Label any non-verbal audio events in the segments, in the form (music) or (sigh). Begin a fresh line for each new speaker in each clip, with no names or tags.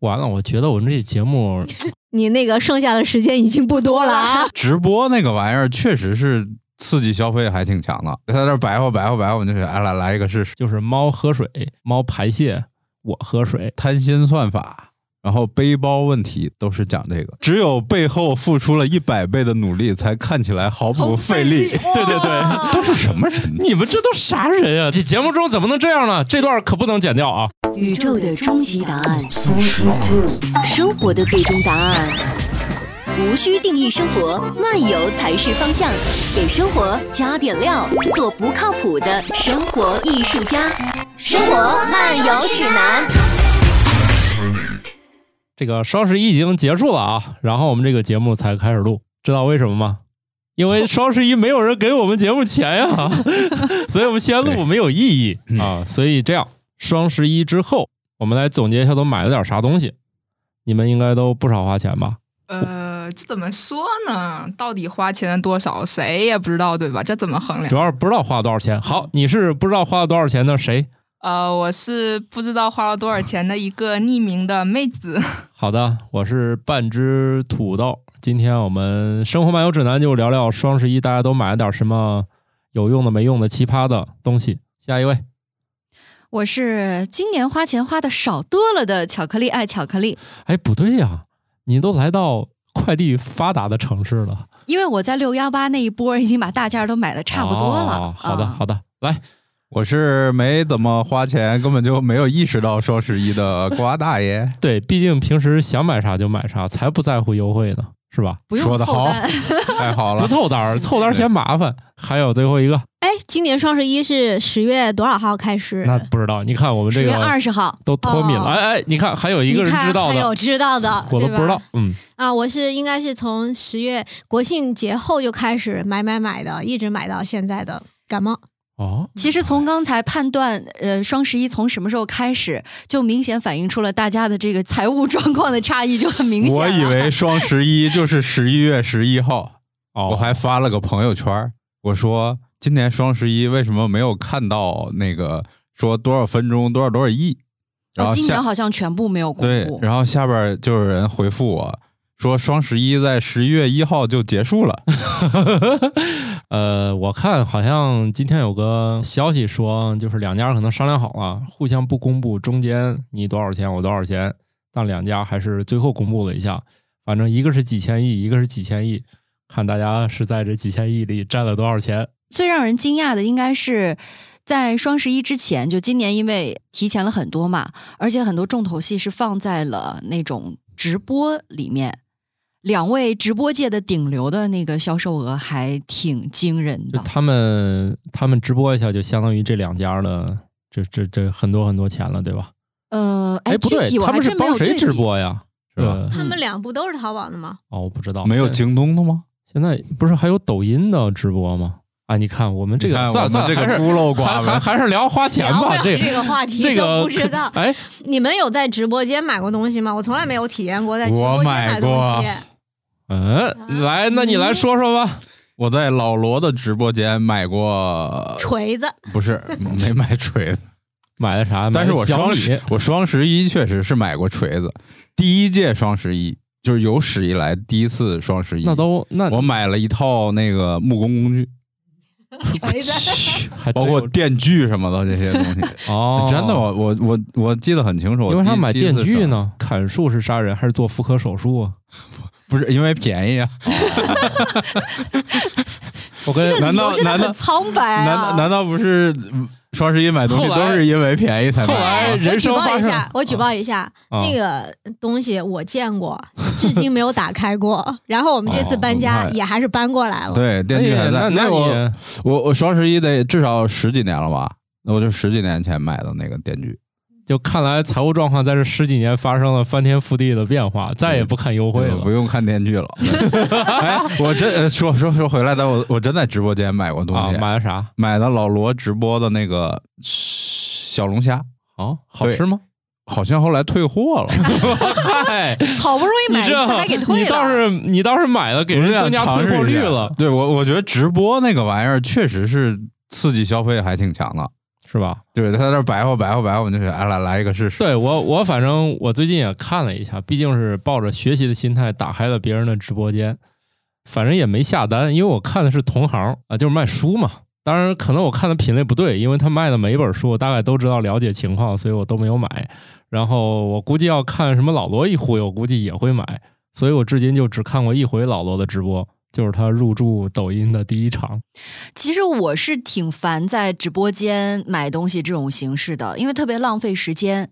完了，我觉得我们这节目
你那个剩下的时间已经不多了啊。
直播那个玩意儿确实是刺激消费还挺强的，他在那儿白话白话白话，我们就想哎来来一个试试，
就是猫喝水，猫排泄，我喝水。
贪心算法。然后背包问题都是讲这个，只有背后付出了一百倍的努力，才看起来
(laughs)
毫不费力。 (laughs)
对对对
都是 (laughs) 什么人？
你们这都啥人啊？这节目中怎么能这样呢？这段可不能剪掉啊！
宇宙的终极答案，生活的最终答案。无需定义生活，漫游才是方向。给生活加点料，做不靠谱的生活艺术家。生活漫游指南。
这个双十一已经结束了啊，然后我们这个节目才开始录，知道为什么吗？因
(laughs)
为双十一没有人给我们节目钱呀，所以我们先录没有意义
嗯
啊。所以这样，双十一之后，我们来总结一下都买了点啥东西。你们应该都不少花钱吧？
呃，这怎么说呢？到底花钱了多少，谁也不知道，对吧？这怎么衡
(laughs) 主
量？
要是不知道花了多少钱。好，你是不知道花了多少钱的谁？
呃，我是不知道花了多少钱的一个匿名的妹子。
好的，我是半只土豆。今天我们生活漫游指南就聊聊双十一，大家都买了点什么有用的、没用的、奇葩的东西。下一位，
我是今年花钱花的少多了的巧克力爱巧克力，
哎，不对呀、你都来到快递发达的城市了，
因为我在六幺八那一波已经把大件儿都买的差不多了。
哦好的，
啊
好的，来，
我是没怎么花钱，根本就没有意识到双十一的瓜大爷。
对，毕竟平时想买啥就买啥，才不在乎优惠呢，是吧？
不用
说得
凑
好
单。
太好
不
了，
凑单儿，凑单儿嫌麻烦。还有最后一个，
哎，今年双十一是十月多少号开始？
那不知道，你看我们
十
这
月二
个
十号，
都脱敏了，
哦
哎哎，你看还有一
你
个人
看
知道
还有
的，
知道的，
我都不知
对
道
吧。
嗯，
啊！我是应该是从十月国庆节后就开始买买买的，一直买到现在的感冒。
哦，
其实从刚才判断，呃，双十一从什么时候开始，就明显反映出了大家的这个财务 (laughs) 状况的差异，就很明显了。
我以为双十一就是十一月十一号，
哦，
我还发了个朋友圈儿，我说今年双十一为什么没有看到那个说多少分钟多少多少亿？然
哦，
后
今
下
年好像全部没有公
对
(laughs) 布，。
然后下边儿就有人回复我说双十一在十一月一号就结束了。
(laughs) 呃，我看好像今天有个消息说，就是两家可能商量好了，互相不公布中间你多少钱，我多少钱，但两家还是最后公布了一下，反正一个是几千亿，一个是几千亿，看大家是在这几千亿里占了多少钱。
最让人惊讶的应该是。在双十一之前，就今年因为提前了很多嘛，而且很多重头戏是放在了那种直播里面。两位直播界的顶流的那个销售额还挺惊人
就
的，
他们他们直播一下，就相当于这两家的这这这很多很多钱了，对吧？
呃，
哎，不
具
对
体，我
他
还
们是
真没有
帮谁
对
直
比？
播呀？
是吧
呃
他们两不都是淘宝的吗？
哦，我不知道，
没有
现
京东的吗？
现在不是还有抖音的直播吗？啊，你看我们这
你
个
看
算
我
了
们
算了，
这
还
个
是
孤陋
还
寡
还
闻，
还是聊花钱
聊不
吧，
了
这
这个话题，
(laughs) 这个。
都不知道
哎，
你们有在直播间买过东西吗？我从来没有体验过在直播
我
间
买
买东
过
西。
嗯，来，那你来说说吧。
我在老罗的直播间买过，
锤子，
不是没买锤子，
买的啥？
但是我
买的小
双
米
十我双十一确实是买过锤子，第一届双十一就是有史以来第一次双十一，
那都那
我买了一套那个木工工具，
锤子
还真
(laughs) 包括
有
电锯什么的这些东 (laughs) 西，
哦，
真的，我我我我记得很清楚。
因为啥
第
买电？
第一次
锯
是
呢？砍树是杀人还是做妇科手术啊？
不是因为便 (laughs) 宜啊？
我跟哎
难道
我真的
难道
很苍白
难
啊
道！难道不是嗯双十一买东西
后来
都是因为便宜才
后来
买吗？
(laughs) 人生
我举报
发
一
生
下，我举报一下，
啊
那个东西我见过，至今没有打开过。 (laughs) 然后我们这次搬
哦
家
那
也还是搬过来了。
对，电锯
哎
还
那
在。
那
我
你
我我双十一得至少十几年了吧？那我就十几年前买的那个电锯，
就看来财务状况在这十几年发生了翻天覆地的变化，再也不看优惠
对不
了。
用看电
(laughs)
锯了。哎，我真呃说说说回来的，我我真在直播间买过东
啊，
西，
买的啥？
买的老罗直播的那个小龙虾，
哦，好
对
吃吗？
好像后来退
(laughs)
货了。
嗨，
好不容易
你
买一次
这
还给退
你倒
了，
是你倒是买了，给
啊
人增加退货率了，
对我，我觉得直播那个玩意儿确实是刺激消费还挺强的，
是吧？
对，他在那儿白话白话白话，我就想，哎，来来一个试试。
对我，我反正我最近也看了一下，毕竟是抱着学习的心态打开了别人的直播间，反正也没下单，因为我看的是同行啊，就是卖书嘛。当然，可能我看的品类不对，因为他卖的每一本书我大概都知道了解情况，所以我都没有买。然后我估计要看什么老罗一回，我估计也会买，所以我至今就只看过一回老罗的直播，就是他入驻抖音的第一场。
其实我是挺烦在直播间买东西这种形式的，因为特别浪费时间。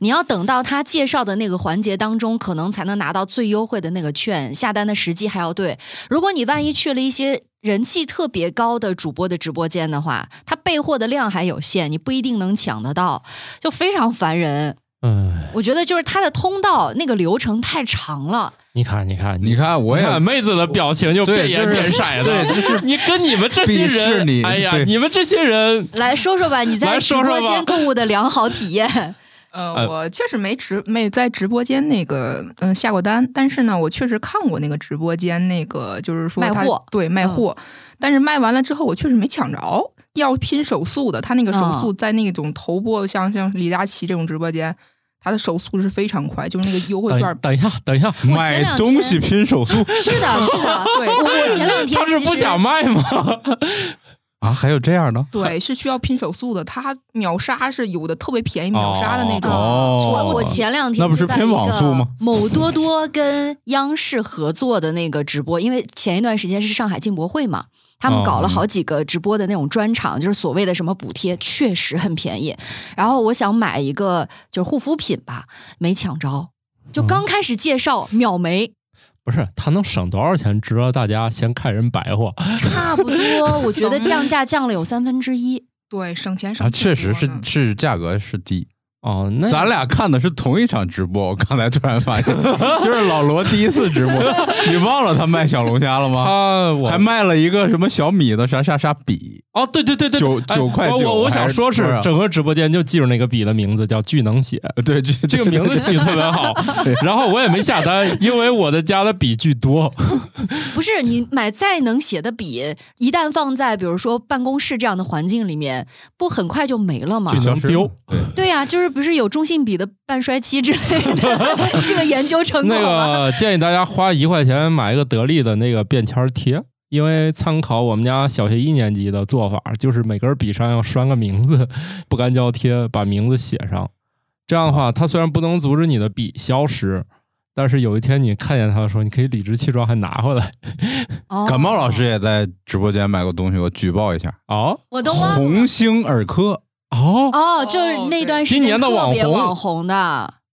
你要等到他介绍的那个环节当中，可能才能拿到最优惠的那个券，下单的时机还要对。如果你万一去了一些人气特别高的主播的直播间的话，他备货的量还有限，你不一定能抢得到，就非常烦人。
嗯，
我觉得就是他的通道那个流程太长了。
你看，你看，
你看，我
你
也
看妹子的表情就
对
变颜
就是
变色的，
对就是
你跟你们这些
鄙视
人，
你
哎呀，
对
你们这些人，
来说说吧，你在
来
直
说
播
说吧
间购物的良好体验。
呃
呃，我确实没直没在直播间那个嗯、下过单，但是呢，我确实看过那个直播间那个就是说
卖
他
货
对卖
嗯
货，但是卖完了之后我确实没抢着，要拼手速的，他那个手
嗯
速在那种头播像像李佳琦这种直播间，他的手速是非常快，就是那个优惠券
等等一下，等一下，
前两
买东西拼
(laughs)
手速
是的，是的，
对
我我前两天
他是
其
不
实
想卖
(laughs)
吗？
啊，还有这样的
对，是需要拼手速的，它秒杀是有的特别便宜，秒杀的那种。
哦，
呃我我前两天
那不是
就在
偏网
一个
速吗
某多多跟央视合作的那个直播，因为前一段时间是上海进博会嘛，他们
哦
搞了好几个直播的那种专场，就是所谓的什么补贴，确实很便宜。然后我想买一个就是护肤品吧，没抢着，
嗯
就刚开始介绍秒没。
不是，他能省多少钱？值得大家先看人白话。
差不多，我
啊
觉得降价降了有三分之一。
对，省钱省
啊，
挺
确实
多
是
的
是价格是低。
哦，那
咱俩看的是同一场直播，我刚才突
(laughs)
然发现，就是老罗第一次直播，你忘了他卖小龙虾了吗？
他我
还卖了一个什么小米的啥啥啥笔，
哦，对对对对，
九
哎
九块
我
九
我我
还
想
是
说
多
是
少啊
整个直播间就记住那个笔的名字叫巨能
(laughs)
写，
呃对，这
这个名字起得特别好。然后我也没下单，因为我的家的笔巨多。
不是你买再能写的笔，一旦放在比如说办公室这样的环境里面，不很快就没了
啊
吗？
巨能丢。
对
对呀、就是不是有中性笔的半衰期之类的，这个研究 (laughs) 成果
那
了。
个建议大家花一块钱买一个得力的那个便签贴，因为参考我们家小学一年级的做法，就是每根笔上要拴个名字，不干胶贴把名字写上。这样的话，它虽然不能阻止你的笔消失，但是有一天你看见它的时候，你可以理直气壮还拿回来。
哦
感冒老师，也在直播间买过东西，我举报一下。
哦
我都忘了
红星尔科，
哦，
哦，就是那段时间
今年的网
特
红
别网红的，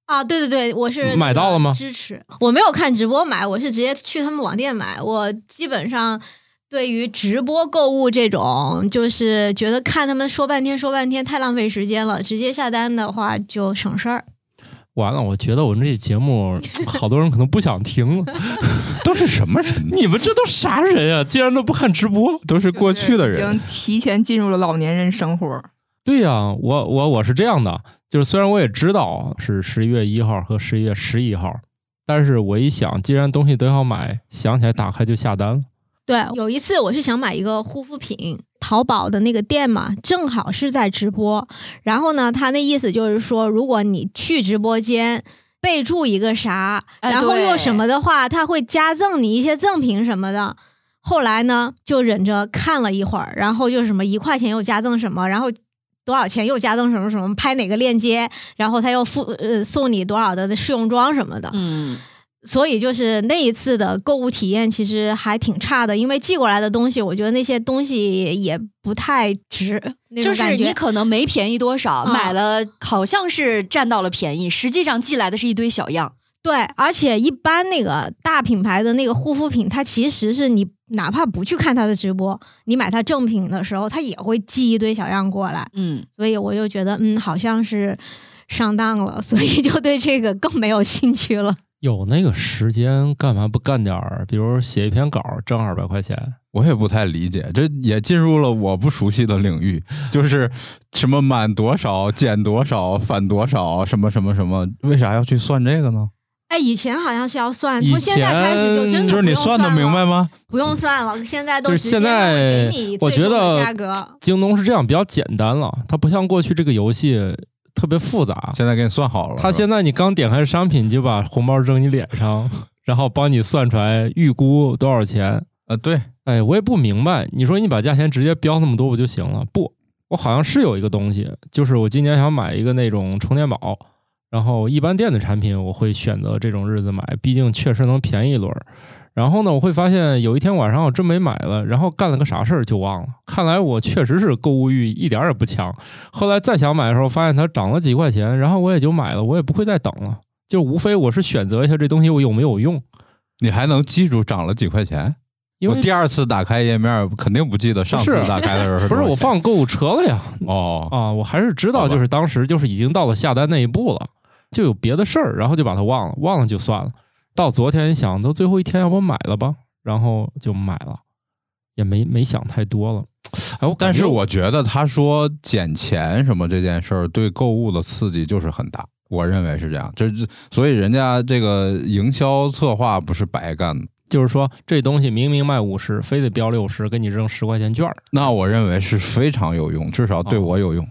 啊，对对对，我是
买到了吗
支持，我没有看直播买，我是直接去他们网店买。我基本上对于直播购物这种，就是觉得看他们说半天说半天太浪费时间了，直接下单的话就省事儿。
完了！我觉得我们这节目好多人可能不想听 (laughs)
(laughs)
了。
都是什么人？
你们这都啥人啊？竟然都不看直播？
都是过去的
已
人
经提前进入了老年人生活。
对呀、我我我是这样的，就是虽然我也知道是十一月一号和十一月十一号，但是我一想，既然东西都要买，想起来打开就下单了。
对，有一次我是想买一个护肤品，淘宝的那个店嘛，正好是在直播。然后呢，他那意思就是说，如果你去直播间备注一个啥，
哎
然后
对
又什么的话，他会加赠你一些赠品什么的。后来呢，就忍着看了一会儿，然后就什么一块钱又加赠什么，然后多少钱又加赠什么什么，拍哪个链接，然后他又付呃送你多少的试用装什么的。
嗯，
所以就是那一次的购物体验其实还挺差的，因为寄过来的东西，我觉得那些东西也不太值，那种
就是
感觉
你可能没便宜多少，
嗯
买了好像是占到了便宜，实际上寄来的是一堆小样。
对，而且一般那个大品牌的那个护肤品，它其实是你哪怕不去看它的直播，你买它正品的时候，它也会寄一堆小样过来，
嗯，
所以我就觉得嗯，好像是上当了，所以就对这个更没有兴趣了。
有那个时间，干嘛不干点儿？比如写一篇稿挣二百块钱，
我也不太理解，这也进入了我不熟悉的领域，就是什么满多少、减多少、返多少，什么什么什么，为啥要去算这个呢？
哎，以前好像是要算，
以
从现在开始就真
前
的
就是你
不用
算的明白
了，
吗？
不用算了，现在都
就是
直
现
接他会
在
给你
我
最
觉
终的
得
价格，
京东是这样比较简单了，它不像过去这个游戏特别复杂。
现在给你算好了。
它
是吧
现在你刚点开商品就把红包扔你脸上， (laughs) 然后帮你算出来预估多少钱。
呃，对，
哎，我也不明白，你说你把价钱直接标那么多不就行了？不，我好像是有一个东西，就是我今年想买一个那种充电宝，然后一般店的产品我会选择这种日子买，毕竟确实能便宜一轮儿。然后呢，我会发现有一天晚上我真没买了，然后干了个啥事儿就忘了。看来我确实是购物欲一点儿也不强。后来再想买的时候，发现它涨了几块钱，然后我也就买了，我也不会再等了。就无非我是选择一下这东西我有没有用，
你还能记住涨了几块钱？
因
我
为
第二次打开页面肯定不记得上次
不是
打开的时候
不
多
是
少
我
钱
放购物车了呀，
哦，
啊，我还是知
好
道，
吧
就是当时就是已经到了下单那一步了，就有别的事儿，然后就把它忘了，忘了就算了。到昨天一想，都最后一天，要不买了吧，然后就买了，也没没想太多了。哎，我感
但是
觉
我觉得他说捡钱什么这件事儿对购物的刺激就是很大，我认为是这样。这这所以人家这个营销策划不是白干的。
就是说，这东西明明卖五十，非得标六十，给你扔十块钱券儿。
那我认为是非常有用，至少对我有
哦
用。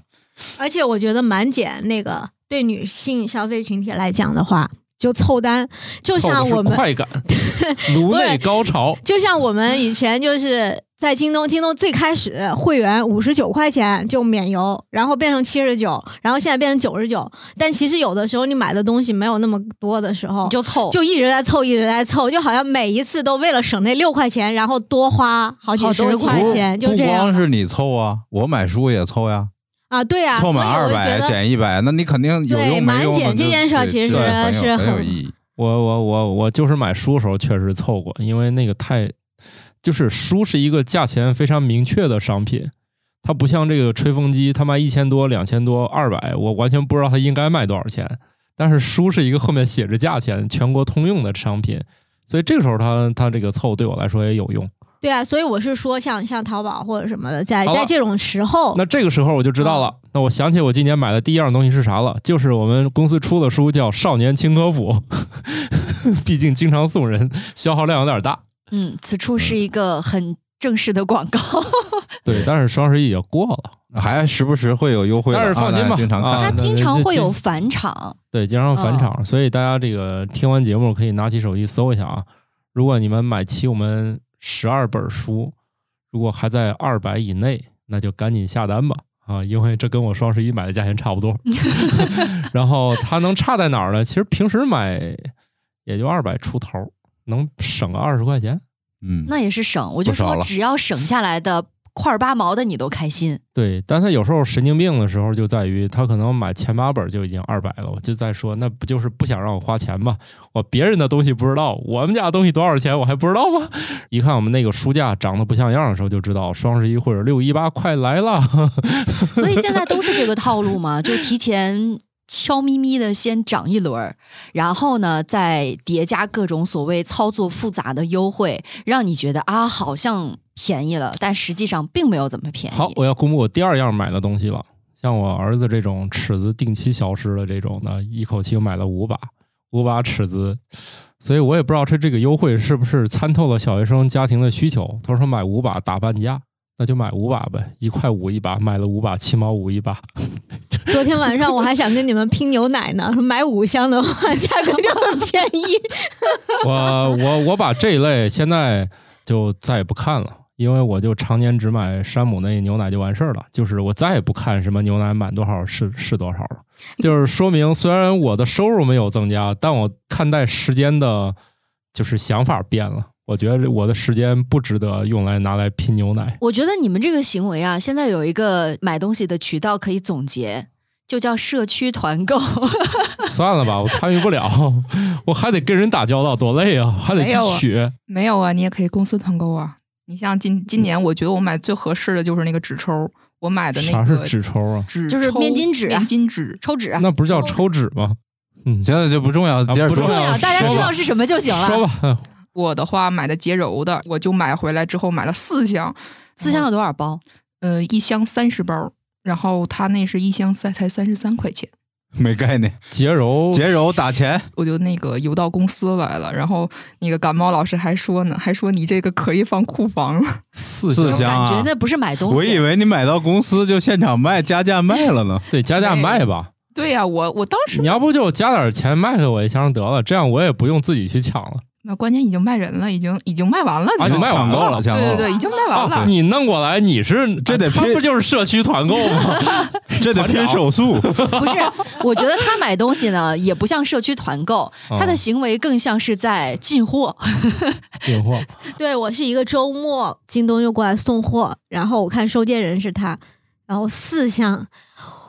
而且我觉得满减那个对女性消费群体来讲的话，就凑单，就
凑的
像
是
我们
快感，颅内高潮。
就像我们以前就是在京东，京东最开始会员五十九块钱就免邮，然后变成七十九，然后现在变成九十九。但其实有的时候你买的东西没有那么多的时
哦
候，
你就凑，
就一直在凑，一直在凑，就好像每一次都为了省那六块钱，然后多花好几
好多
十块
钱
钱，
不
就这
不光
样
是你凑啊，我买书也凑呀，
啊，对啊，
凑满
所以我
二
就
百
觉得
减一百，那你肯定有
对
用没
满
用
减
很
这
就
件事儿
对
其实
对很有
是
很有
很
意义。
我我我我就是买书时候确实凑过，因为那个太，就是书是一个价钱非常明确的商品，它不像这个吹风机，它卖一千多、两千多、二百，我完全不知道它应该卖多少钱。但是书是一个后面写着价钱、全国通用的商品，所以这个时候它它这个凑对我来说也有用。
对啊，所以我是说像像淘宝或者什么的，在
好了
在这种时候，
那这个时候我就知道了，那我想起我今年买的第一样东西是啥了，就是我们公司出的书叫《少年轻科普》， (laughs) 毕竟经常送人，消耗量有点大。
嗯，此处是一个很正式的广告，
对，但是双十一也过了，
还时不时会有优惠的，
但是放心
啊
吧
经常
啊
(laughs) 它
看
那。
经
这
常会
这
有返场。
对，经常返场，所以大家这个听完节目可以拿起手机搜一下啊。如果你们买齐我们十二本书，如果还在二百以内，那就赶紧下单吧啊，因为这跟我双十一买的价钱差不多。 (laughs) 然后它能差在哪儿呢？其实平时买也就二百出头，能省个二十块钱。
嗯，
那也是省，我就
不少
说
了
只要省下来的块儿八毛的你都开心。
对，但他有时候神经病的时候就在于他可能买前八本就已经二百了，我就在说那不就是不想让我花钱吗？我别人的东西不知道，我们家的东西多少钱我还不知道吗？ (laughs) 一看我们那个书架长得不像样的时候就知道双十一或者六一八快来了，
所以现在都是这个套路嘛，就提前悄咪咪的先涨一轮儿，然后呢再叠加各种所谓操作复杂的优惠，让你觉得啊好像便宜了，但实际上并没有怎么便宜。
好，我要公布我第二样买的东西了。像我儿子这种尺子定期消失的这种呢，一口气买了五把五把尺子，所以我也不知道他这个优惠是不是参透了小学生家庭的需求。他说买五把打半价，那就买五把呗，一块五一把，买了五把七毛五一把。
昨天晚上我还想跟你们拼牛奶呢，说买五箱的话价格就很便宜。 (laughs)
(laughs) 我我我把这一类现在就再也不看了，因为我就常年只买山姆那牛奶就完事儿了，就是我再也不看什么牛奶满多少是是多少
(laughs)
了。就是说明，虽然我的收入没有增加，但我看待时间的，就是想法变了。我觉得我的时间不值得用来拿来拼牛
(laughs)
奶。
我觉得你们这个行为啊，现在有一个买东西的渠道可以总结，就叫社区团购。 (laughs)
算了吧，我参与不了， (laughs) 我还得跟人打交道，多累啊！还得
没
去
有啊
学。
没有啊，你也可以公司团购啊。你像今今年，我觉得我买最合适的就是那个纸抽，我买的那
啥是
个
纸抽啊？
纸
就是
抽
面巾纸啊
面巾纸。
抽纸啊
那不是叫抽纸吗？嗯，
行了，这不重要，接着
不
说
重要，大家
说
知
吧
道是什么就行了。
说吧，嗯
(laughs) 我的话买的洁柔的，我就买回来之后买了四箱，
四箱有多少包？
呃，一箱三十包，然后它那是一箱才才三十三块钱，
没概念。
洁柔
洁柔打钱，
我就那个邮到公司来了，然后那个感冒老师还说呢，还说你这个可以放库房了。
四
四
箱
箱
感觉
啊！
那不是买东西，
我以为你买到公司就现场卖，加价卖了呢。
(laughs) 对加价卖吧。
(laughs) 对呀、我我当时
你要不就加点钱卖给我一箱得了，这样我也不用自己去抢了。
那关键已经卖人了，已经已经卖完了。
啊
已
你
经
卖
抢
完
购
了
了，抢购
对对
了，
对，已经卖完了。啊
(laughs) 你弄过来，你是啊
这得
他
拼
不就是社区团购吗？嗯
这得拼手速。
不是，我觉得他买东西呢，也不像社区团购，
哦
他的行为更像是在进货。 (laughs)
进货，
对我是一个周末，京东又过来送货，然后我看收件人是他，然后四箱，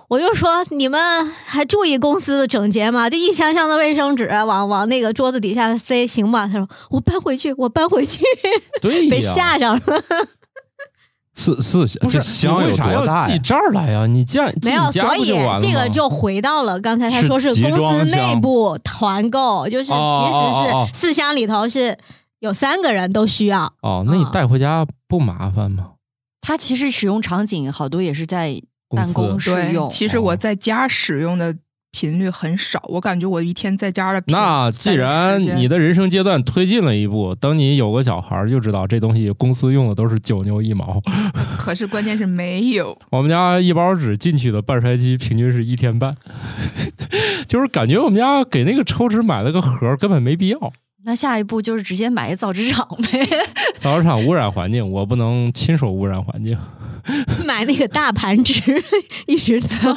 我就说你们还注意公司的整洁吗？就一箱箱的卫生纸往往那个桌子底下塞，行吗？他说我搬回去，我搬回去，
哎
对
被
呀。
吓着了。
(laughs) 四四箱，
不是
这箱
你
有
为啥
多
要
大
寄
呀？
这儿来呀？你寄寄
没有，
你家
所
不
以
就完了吗
这个就回到了刚才他
是
说是
集
公司
装箱
内部团购，就是其
哦哦哦哦
实是四箱里头是有三个人都需要。 (laughs)
哦，那你
啊
带回家不麻烦吗？
他其实使用场景好多也是在办公
公司
室用
对，，其实我在家使用的频率很少，我感觉我一天在家的频
那既然你的人生阶段推进了一步，等你有个小孩儿就知道这东西公司用的都是九牛一毛。
可是关键是没有，
我们家一包纸进去的半衰期平均是一天半， (laughs) 就是感觉我们家给那个抽纸买了个盒儿根本没必要。
那下一步就是直接买一造纸厂呗。 (laughs)
造纸厂污染环境，我不能亲手污染环境。
买那个大盘纸，一直走。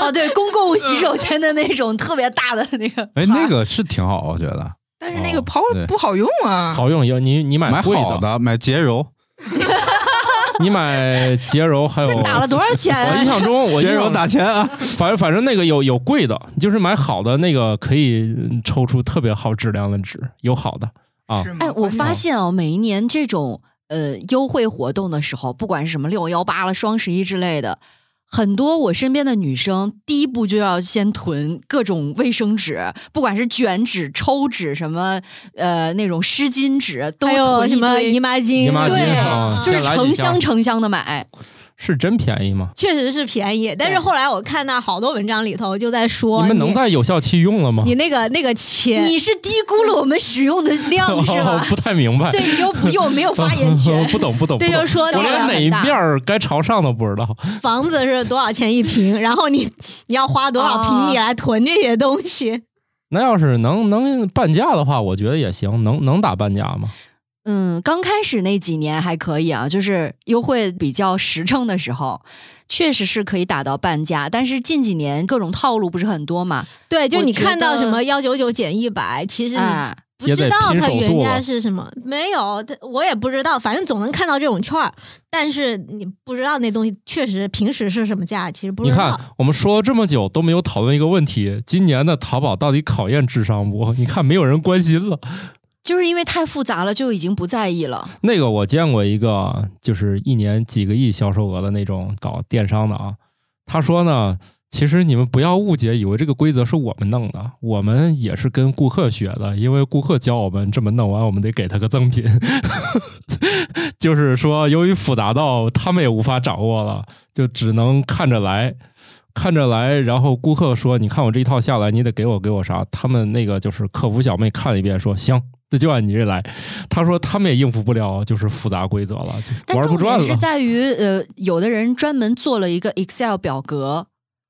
哦，对，公共洗手间的那种特别大的那个，
哎，那个是挺好，我觉得
但是那个
哦
Power
对
不好用啊。
好用，有你你买
买
贵
好的，买洁柔，
你买洁柔还有。
打了多少钱
我
啊
印？象中，我印
洁
象
柔打钱啊！
反反正那个有有贵的，就是买好的那个可以抽出特别好质量的纸，有好的。啊
是吗
嗯
哎，我
关键
发现哦，每一年这种呃优惠活动的时候，不管是什么六幺八了、双十一之类的，很多我身边的女生第一步就要先囤各种卫生纸，不管是卷纸、抽纸什么呃那种湿巾纸，都
还有
囤一
什么
堆
姨妈巾？
姨妈巾
对，
啊
就
先
是
来几
成
箱
箱成箱的买。
是真便宜吗？
确实是便宜。但是后来我看到好多文章里头就在说，
你们能在有效期用了吗？
你那个那个钱， (laughs)
你是低估了我们使用的量是
(laughs) 我
吧？
哦不太明白。
对，你又不又没有发言
(laughs)
权。
不懂不懂。
对，
不
就
懂
是说
我
那
连
个
哪一面儿该朝上都不知道。 (laughs)
房子是多少钱一平，然后你你要花多少平
哦
米来囤这些东西。
那要是能能半价的话，我觉得也行。能能打半价吗？
嗯，刚开始那几年还可以啊，就是优惠比较实诚的时候，确实是可以打到半价。但是近几年各种套路不是很多嘛？
对，就
我
你
觉
看到
得
什么幺九九减一百，其实你
哎，
不
也
知
得
道
拼
它
手
原
速
价
吧
是什么，没有，它我也不知道，反正总能看到这种券儿，但是你不知道那东西确实平时是什么价，其实不
你
知道。
看，我们说了这么久都没有讨论一个问题：今年的淘宝到底考验智商不？ (laughs) 你看，没有人关心了。
就是因为太复杂了，就已经不在意了。
那个我见过一个，就是一年几个亿销售额的那种搞电商的啊，他说呢，其实你们不要误解，以为这个规则是我们弄的，我们也是跟顾客学的，因为顾客教我们这么弄完，我们得给他个赠品。 (laughs) 就是说，由于复杂到他们也无法掌握了，就只能看着来。看着来，然后顾客说：“你看我这一套下来，你得给我给我啥？”他们那个就是客服小妹看了一遍，说：“行，那就按你这来。”他说他们也应付不了，就是复杂规则了，就
但
玩不
重
转
点
了
是。在于，呃，有的人专门做了一个 Excel 表格，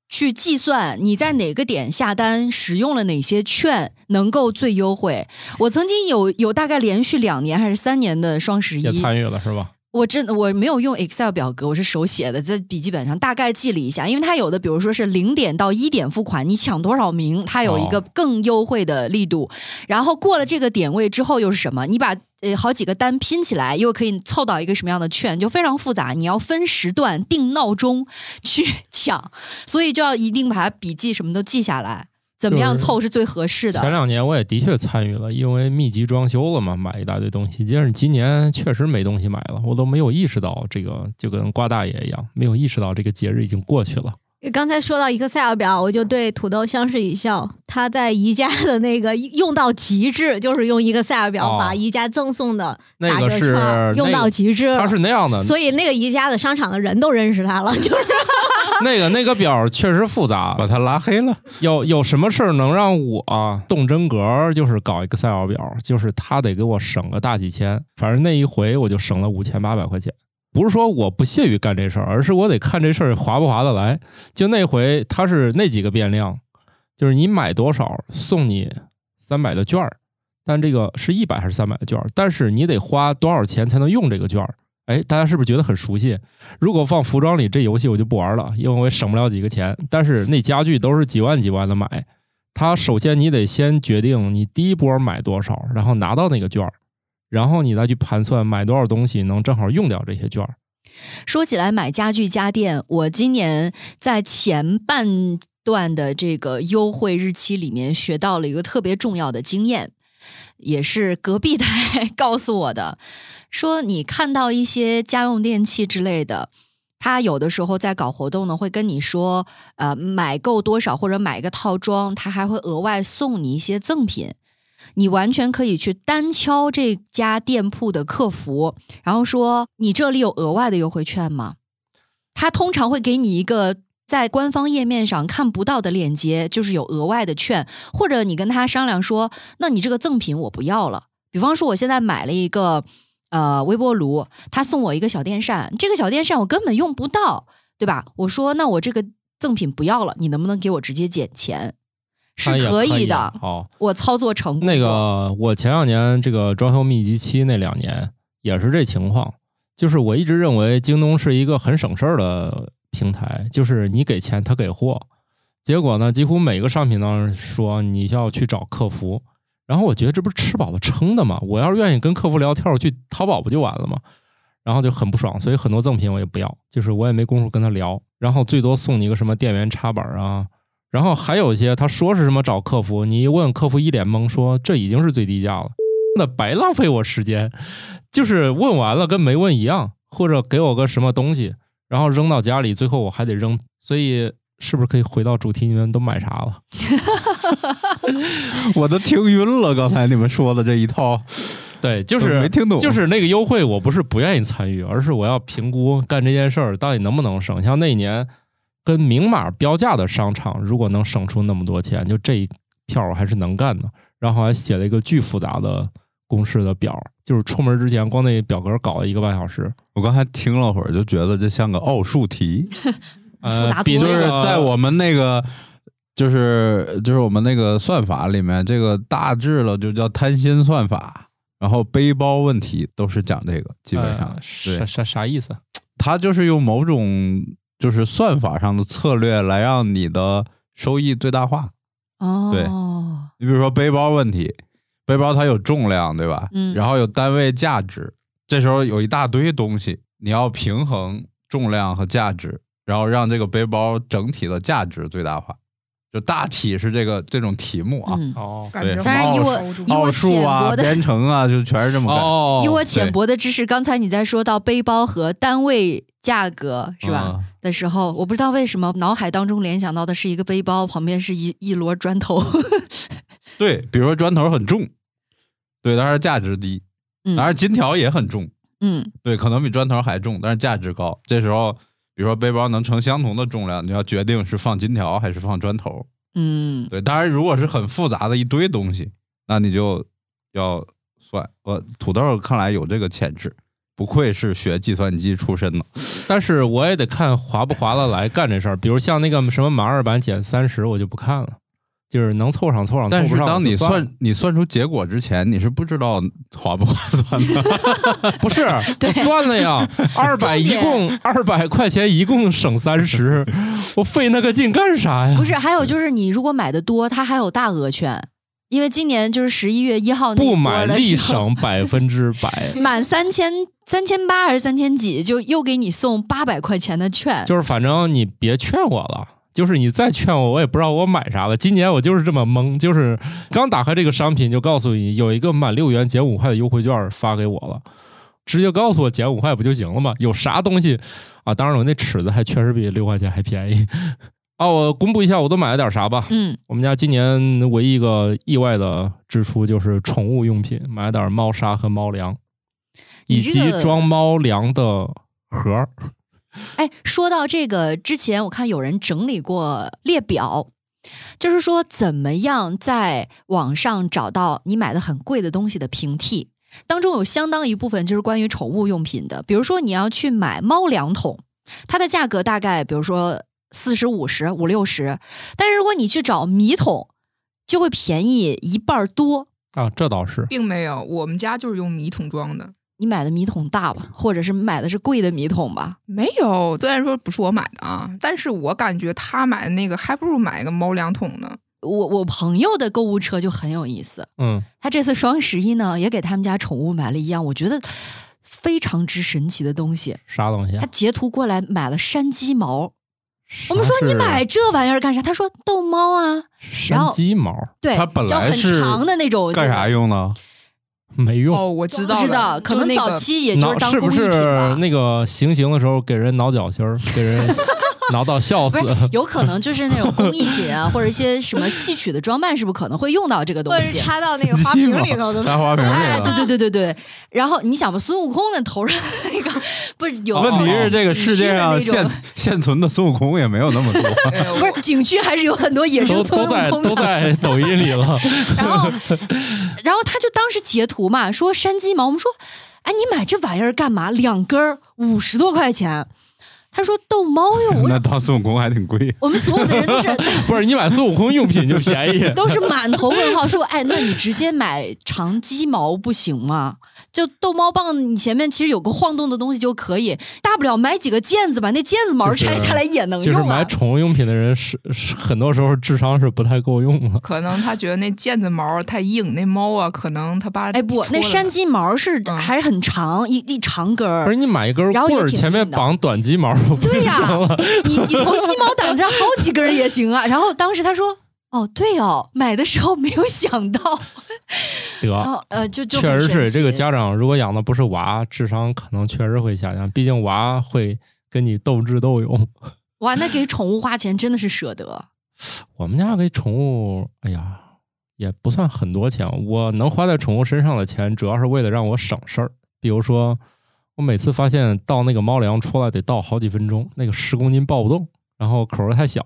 去计算你在哪个点下单使用了哪些券能够最优惠。我曾经有有大概连续两年还是三年的双十一
也参与了是吧？
我真的我没有用 Excel 表格，我是手写的，在笔记本上大概记了一下，因为它有的，比如说是零点到一点付款，你抢多少名，它有一个
哦
更优惠的力度。然后过了这个点位之后又是什么？你把呃好几个单拼起来，又可以凑到一个什么样的券，就非常复杂。你要分时段定闹钟去抢，所以就要一定把笔记什么都记下来，怎么样
就是
凑是最合适
前
的。
两年我也的确参与了，因为密集装修了嘛，买一大堆东西。但是今年确实没东西买了，我都没有意识到这个，就跟瓜大爷一样，没有意识到这个节日已经过去了。
刚才说到 Excel 表，我就对土豆相视一笑。他在宜家的那个用到极致，就是用 Excel 表
哦
把宜家赠送的
那
打
个
折
是
券用
那
到
个
极致。
他是那样的，
所以那个宜家的商场的人都认识他了，就是 (laughs)
那个那个表确实复杂，
把他拉黑了。
有有什么事儿能让我、动真格儿？就是搞一个赛奥表，就是他得给我省个大几千。反正那一回我就省了五千八百块钱。不是说我不屑于干这事儿，而是我得看这事儿划不划得来。就那回他是那几个变量，就是你买多少送你三百的券儿，但这个是一百还是三百的券儿？但是你得花多少钱才能用这个券儿？哎，大家是不是觉得很熟悉？如果放服装里，这游戏我就不玩了，因为我也省不了几个钱。但是那家具都是几万几万的买，它首先你得先决定你第一波买多少，然后拿到那个券儿，然后你再去盘算买多少东西能正好用掉这些券儿。
说起来买家具家电，我今年在前半段的这个优惠日期里面学到了一个特别重要的经验，也是隔壁台 (laughs) 告诉我的，说你看到一些家用电器之类的。他有的时候在搞活动呢，会跟你说，呃，买够多少或者买一个套装，他还会额外送你一些赠品。你完全可以去单敲这家店铺的客服，然后说你这里有额外的优惠券吗？他通常会给你一个在官方页面上看不到的链接，就是有额外的券，或者你跟他商量说，那你这个赠品我不要了。比方说，我现在买了一个呃微波炉，他送我一个小电扇，这个小电扇我根本用不到，对吧？我说那我这个赠品不要了，你能不能给我直接减钱？是
它也
可以的，
好，
我操作成功
啊那
过
个我前两年这个装修密集期那两年也是这情况，就是我一直认为京东是一个很省事儿的平台，就是你给钱他给货，结果呢，几乎每个商品当中说你要去找客服，然后我觉得这不是吃饱了撑的吗？我要是愿意跟客服聊天，我去淘宝不就完了吗？然后就很不爽，所以很多赠品我也不要，就是我也没工夫跟他聊，然后最多送你一个什么电源插板啊，然后还有一些他说是什么找客服，你一问客服一脸懵，说这已经是最低价了，那白浪费我时间，就是问完了跟没问一样，或者给我个什么东西，然后扔到家里，最后我还得扔，所以是不是可以回到主题？你们都买啥了？
(laughs) 我都听晕了，刚才你们说的这一套，
对，就是
没听懂
就是那个优惠，我不是不愿意参与，而是我要评估干这件事儿到底能不能省。像那一年跟明码标价的商场，如果能省出那么多钱，就这一票我还是能干的。然后还写了一个巨复杂的公式的表，就是出门之前光那表格搞了一个半小时。
我刚才听了会儿，就觉得这像个奥数题，
呃
复杂，
比
多
就
就
了
是呃
是在我们那个。就是就是我们那个算法里面，这个大致了就叫贪心算法，然后背包问题都是讲这个，基本上、
呃
对
啥啥啥意思？
它就是用某种就是算法上的策略来让你的收益最大化。对
哦，
你比如说背包问题，背包它有重量，对吧？
嗯
然后有单位价值，这时候有一大堆东西，你要平衡重量和价值，然后让这个背包整体的价值最大化。就大体是这个这种题目啊，
嗯，
哦
感觉
对
好
当然以
像
我
收住
以我
奥数
浅
啊、
薄的
编程啊，就全是这么干。
哦，
以我浅薄的知识，刚才你在说到背包和单位价格是吧、
嗯
的时候，我不知道为什么脑海当中联想到的是一个背包，旁边是一一摞砖头。 (laughs)
对，比如说砖头很重，对，但是价值低，
嗯
当然金条也很重。
嗯，
对，可能比砖头还重，但是价值高。这时候，比如说背包能承相同的重量，你要决定是放金条还是放砖头。
嗯，
对，当然如果是很复杂的一堆东西，那你就要算。我土豆看来有这个潜质，不愧是学计算机出身的。
但是我也得看划不划得来干这事儿。比如像那个什么马二版减三十，我就不看了，就是能凑上凑上，
但
凑
是
不上
当你
就算了
算你算出结果之前，你是不知道划不划算的。
(laughs) 不是我算了
(laughs)
呀，二百一共二百块钱，一共省三十，我费那个劲干啥呀
不？是，还有就是你如果买的多，它还有大额券，因为今年就是十一月一号那一
不
波
买
的
立
时候
省百分之百，
满三千三千八还是三千几，就又给你送八百块钱的券。
就是反正你别劝我了。就是你再劝我，我也不知道我买啥了。今年我就是这么懵，就是刚打开这个商品就告诉你有一个满六元减五块的优惠券发给我了，直接告诉我减五块不就行了吗？有啥东西啊？当然我那尺子还确实比六块钱还便宜。啊，我公布一下我都买了点啥吧。
嗯，
我们家今年唯一一个意外的支出就是宠物用品，买了点猫砂和猫粮，以
你这
及
个
装猫粮的盒儿。
哎，说到这个之前，我看有人整理过列表，就是说怎么样在网上找到你买的很贵的东西的平替。当中有相当一部分就是关于宠物用品的，比如说你要去买猫粮桶，它的价格大概比如说四十五十五六十，但是如果你去找米桶，就会便宜一半儿多。
啊，这倒是
并没有，我们家就是用米桶装的，
你买的米桶大吧，或者是买的是贵的米桶吧？
没有。虽然说不是我买的啊，但是我感觉他买的那个还不如买个猫粮桶呢。
我我朋友的购物车就很有意思，
嗯，
他这次双十一呢，也给他们家宠物买了一样我觉得非常之神奇的东
哎
西。
啥东西啊
他？截图过来买了山鸡毛，
啥
我们说
是
你
啊
买这玩意儿干啥？他说逗猫啊，然
山
后
鸡毛
对，
它本
叫
来
很
是
长的那种，
干啥用呢？
没用，
哦，我知道
不
了，
知道，可
就
能
那
早
个
期也就
挠
是当
是
工
不
艺品
是
吧。
那个行刑的时候给人挠脚心儿，给
(laughs)
人挠到笑死
不？是，有可能就是那种工艺品啊，或者一些什么戏曲的装扮，是不是可能会用到这个东
或者
西？
插到
(laughs)
那个花瓶里头的
大花瓶里
哎，对
了。
对对对对。然后你想吧，孙悟空的头上那个不是有
问题是这个
景
世
区
界
的
上
那种
现
(laughs)
现存的孙悟空也没有那么多，
哎我
不是景区还是有很多野生
都
孙
都
悟
在
空的。
都在抖音里
(laughs)
了，
然后，然后他就当时截图嘛，说山鸡毛，我们说，哎，你买这玩意儿干嘛？两根儿五十多块钱。他说逗猫用，
(laughs)
(laughs) 我
那当孙悟空还挺贵。
我们所有的人都是
不是你买孙悟空用品就便宜，
都是满头问号，说：“哎，那你直接买长鸡毛不行吗？就逗猫棒，你前面其实有个晃动的东西就可以，大不了买几个毽子，把那毽子毛
就是
拆下来也能
就是
用
买
啊。
宠物用品的人是是很多时候智商是不太够用的。
可能他觉得那毽子毛太硬，那猫啊，可能他把
哎，不，
戳
那
了
山
呢
鸡毛是
嗯
还是很长，一一长根
不
儿
是。你买一根
然后也
棍儿，
挺
前面
硬的
绑短鸡毛不就
对呀
行
(laughs)
了？
你你从鸡毛掸子上好几根儿也行啊。然后当时他说。哦，对哦，买的时候没有想到，然
得，
后呃，就就
确实
很神
是这个
奇
家长如果养的不是娃，智商可能确实会下降，毕竟娃会跟你斗智斗勇。
哇，那给宠物花钱真的是舍得，
我们家给宠物，哎呀，也不算很多钱。我能花在宠物身上的钱，主要是为了让我省事儿。比如说，我每次发现倒那个猫粮出来得倒好几分钟，那个十公斤抱不动，然后口儿太小，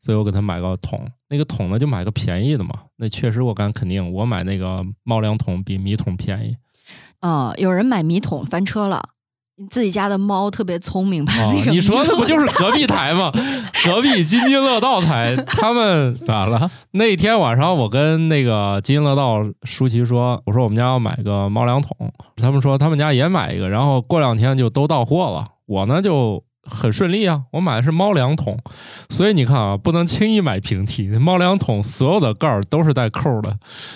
所以我给它买个桶。那个桶呢，就买个便宜的嘛。那确实，我敢肯定，我买那个猫粮桶比米桶便宜。
嗯，有人买米桶翻车了，你自己家的猫特别聪明，把
哦
那，个
你
米
说那
桶
不就是隔壁台
(laughs)
吗？隔壁津津乐道台，他们
咋了？
那天晚上，我跟那个津津乐道舒淇说：“我说我们家要买个猫粮桶。”他们说他们家也买一个，然后过两天就都到货了。我呢就很顺利啊，我买的是猫粮桶，所以你看啊，不能轻易买平替。猫粮桶所有的盖儿都是带扣的，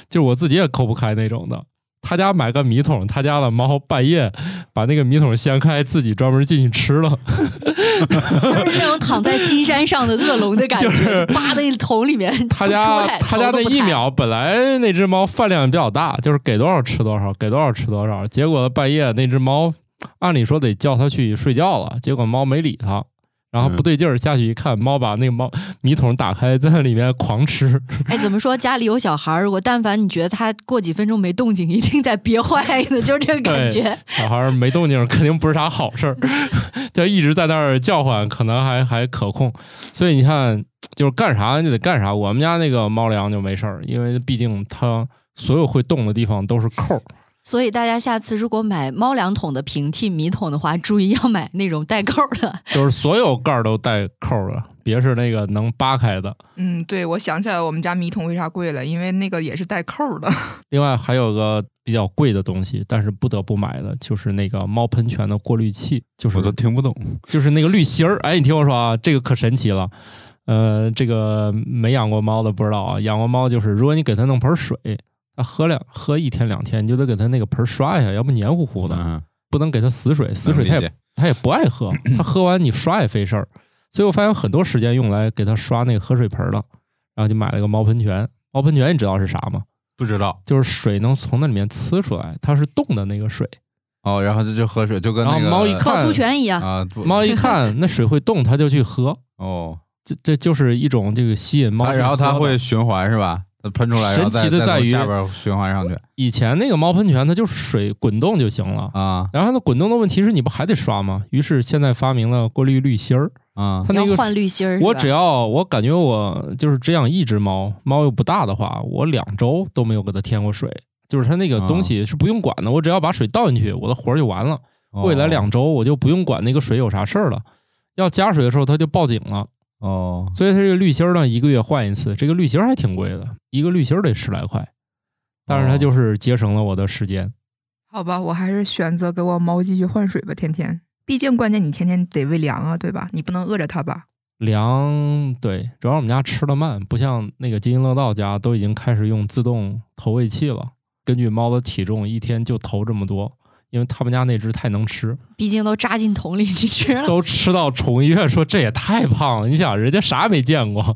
就是我自己也抠不开那种的。他家买个米桶，他家的猫半夜把那个米桶掀开，自己专门进去吃了。
(laughs) 就是那种躺在金山上的恶龙的感觉，就扒在桶里面不
他
出
家
来，
他
头
家
都
那
不
一
抬
秒本来那只猫饭量比较大，就是给多少吃多少，给多少吃多少。结果半夜那只猫，按理说得叫它去睡觉了，结果猫没理它，然后不对劲儿下去一看，猫把那个猫米桶打开，在那里面狂吃。
哎，怎么说？家里有小孩儿，如果但凡你觉得他过几分钟没动静，一定在憋坏呢，就是这个感觉。
小孩儿没动静儿肯定不是啥好事儿， (laughs) 就一直在那儿叫唤，可能还还可控。所以你看，就是干啥就得干啥。我们家那个猫粮就没事儿，因为毕竟它所有会动的地方都是扣儿。
所以大家下次如果买猫粮桶的平替米桶的话，注意要买那种带扣儿
(laughs)
的。
就是所有盖儿都带扣儿的，别是那个能扒开的。
嗯，对，我想起来我们家米桶为啥贵了，因为那个也是带扣儿的。 (laughs)
另外还有个比较贵的东西，但是不得不买的就是那个猫喷泉的过滤器，就是
我都听不懂。
就是那个滤芯儿。哎，你听我说啊，这个可神奇了。呃，这个没养过猫的不知道啊，养过猫就是，如果你给它弄盆水，它喝两喝一天两天，你就得给它那个盆刷一下，要不黏糊糊的。
嗯，
不能给它死水，死水它
理
也
解
它也不爱
(clears throat)
喝，它喝完你刷也费事儿。所以我发现很多时间用来给它刷那个喝水盆儿了，然后就买了个猫喷泉。猫喷泉你知道是啥吗？
不知道
就是水能从那里面呲出来，它是冻的那个水。
哦。然后这就喝水，就跟那
然
个
后猫一看
趵突泉一样，
啊，不
猫一
(laughs)
看那水会动，它就去喝。
哦，
这这就是一种这个吸引猫
它
去喝的。
然后它会循环是吧？它喷出来，然后再
神奇的
再
在
从
于
下边循环上去
以前那个猫喷泉它就是水滚动就行了，
啊
然后它滚动的问题是你不还得刷吗？于是现在发明了过滤滤芯儿，
啊
它那
要
个
换滤芯儿是吧，
我只要我感觉我就是只养一只猫，猫又不大的话，我两周都没有给它添过水，就是它那个东西是不用管的，我只要把水倒进去，我的活儿就完了。
哦
未来两周我就不用管那个水有啥事儿了。要加水的时候它就报警了，
哦
所以它这个滤芯儿呢，一个月换一次，这个滤芯儿还挺贵的，一个滤芯儿得十来块，但是它
哦。
就是节省了我的时间。
好吧，我还是选择给我猫继续换水吧，天天。毕竟关键你天天得喂粮啊，对吧？你不能饿着它吧？
粮对，主要我们家吃的慢，不像那个津津乐道家都已经开始用自动投喂器了。根据猫的体重，一天就投这么多，因为他们家那只太能吃，
毕竟都扎进桶里去吃了。
都吃到宠物医院说这也太胖了。你想，人家啥也没见过，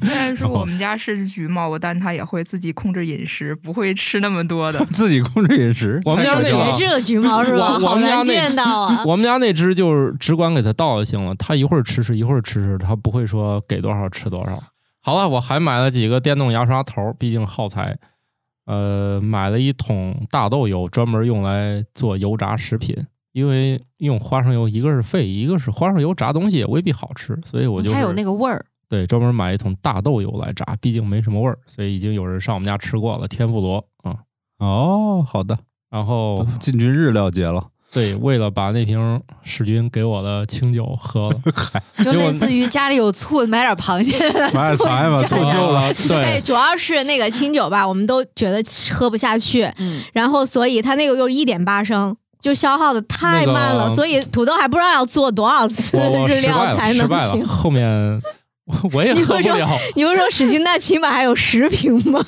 虽然说我们家是只橘猫，但它也会自己控制饮食，不会吃那么多的
自己控制饮食，
我们家
有
那
节制
个。
的橘猫是吧？
我我
好
们家
难
那 (laughs)
见到啊！
我们家那只就是只管给它倒就行了，它一会儿吃吃，一会儿吃吃，它不会说给多少吃多少。好了，我还买了几个电动牙刷头，毕竟耗材。呃，买了一桶大豆油，专门用来做油炸食品。因为用花生油，一个是费，一个是花生油炸东西也未必好吃，所以我就是
它有那个
(laughs)
味儿，
对专门买一桶大豆油来炸，毕竟没什么味儿，所以已经有人上我们家吃过了，天妇罗啊、嗯
哦，好的，
然后
进军日料界了，
对，为了把那瓶史军给我的清酒喝了，
就类似于家里有醋，买点螃蟹， (laughs)
(laughs)
买点菜吧，醋
哎做
就
旧
了，
了，
对，
对，
主要是那个清酒吧，我们都觉得喝不下去，
嗯，
然后所以它那个又一点八升，就消耗的太慢了，
那个
所以土豆还不知道要做多少次
我我
(laughs) 日
失败
料
了，
才
失
能
败了，
行。 (laughs)
后面我也
你
喝
会
不
说 (laughs)
了，
你们说史军那起码还有十瓶吗？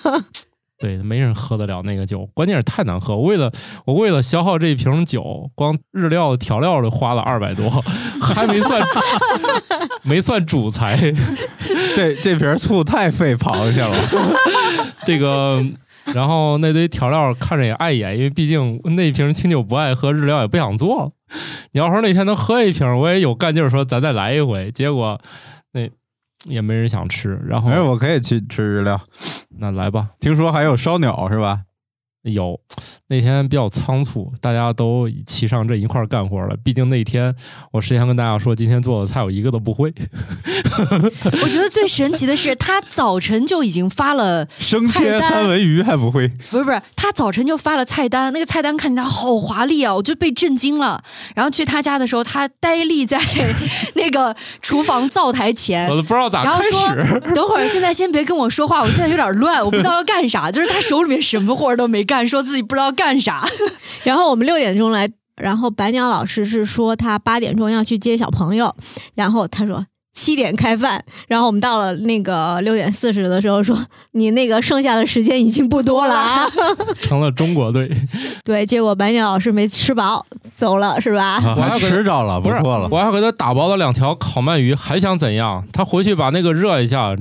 对，没人喝得了那个酒，关键是太难喝。为了我为了消耗这一瓶酒，光日料调料就花了二百多， (laughs) 还没算 (laughs) 没算主材。 (laughs)
这这瓶醋太费螃蟹了，
(laughs) 这个，然后那堆调料看着也碍眼，因为毕竟那瓶清酒不爱喝，日料也不想做了。你要说那天能喝一瓶，我也有干劲儿，说咱再来一回。结果那也没人想吃，然后
没事，
啊
我可以去吃日料，
那来吧，
听说还有烧鸟是吧？
有，那天比较仓促，大家都齐上阵一块儿干活了。毕竟那一天我事先跟大家说，今天做的菜我一个都不会。
我觉得最神奇的是，他早晨就已经发了，
生切
菜单
三文鱼还不会，
不是不是，他早晨就发了菜单，那个菜单看起来好华丽啊，我就被震惊了。然后去他家的时候，他呆立在 (laughs) 那个厨房灶台前
我。都不知道咋
然后
开
说
始。：“
等会儿，现在先别跟我说话，我现在有点乱，我不知道要干啥。”就是他手里面什么活儿都没干，说自己不知道干啥。
然后我们六点钟来，然后白鸟老师是说他八点钟要去接小朋友，然后他说。七点开饭，然后我们到了那个六点四十的时候说，你那个剩下的时间已经不多了啊。
成了中国队，
对，结果白鸟老师没吃饱，走了是吧？
啊
还
还吃着了，不
不是
错了，
我还给他打包了两条烤鳗鱼，还想怎样？他回去把那个热一下。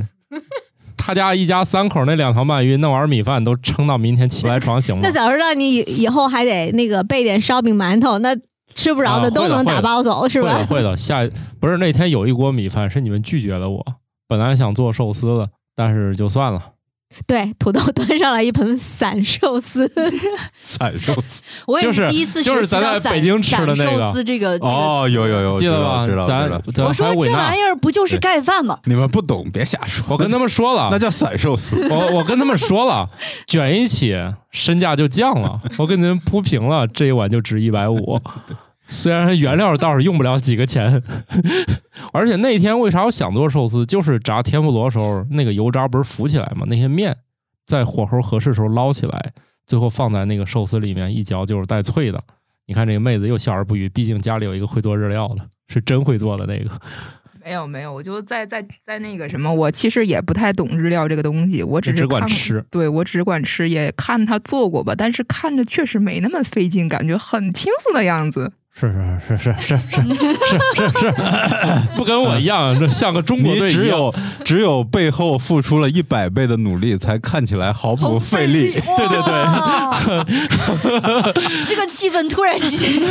(laughs) 他家一家三口那两条鳗鱼，弄碗米饭都撑到明天起不来
(laughs)
床行吗
那？早知道你以以后还得那个备点烧饼馒头，那吃不着
啊
的都
会的
能
会的
打包走、是
会
吧
的，？会的。下不是那天有一锅米饭是你们拒绝了我，本来想做寿司的，但是就算了。
对，土豆 (laughs) 端上来一盆散寿司，
散寿司
我也
就是
第一次
就
学
是
习
咱
到
在
散
北京吃的
散
那个
寿司这个这个
哦，有有有，
记得
知道
吧
知道？
咱
知道
咱
我说
还
这
伟纳
玩意儿不就是
对
盖饭吗？
你们不懂，别瞎说，
(laughs) 我跟他们说了，，
那叫散寿司 (laughs)
我我跟他们说了，卷一起身价就降了。我给你们铺平了，这一碗就值一百五。虽然原料倒是用不了几个钱，而且那天为啥我想做寿司，就是炸天妇罗的时候，那个油渣不是浮起来吗？那些面在火候合适的时候捞起来，最后放在那个寿司里面，一嚼就是带脆的。你看这个妹子又笑而不语，毕竟家里有一个会做日料的，是真会做的那个。
没有没有，我就在在在那个什么，我其实也不太懂日料这个东西，我只
你
是
只管
看过
吃
对我只管吃，也看他做过吧，但是看着确实没那么费劲，感觉很轻松的样子。
是是是是是是是是是， (coughs) 不跟我一 (laughs) 样，这像个中国
你
队
只
一样。
有只有背后付出了一百倍的努力，才看起来毫不费力。
对对对，
哦，
(laughs)
这个气氛突然之间就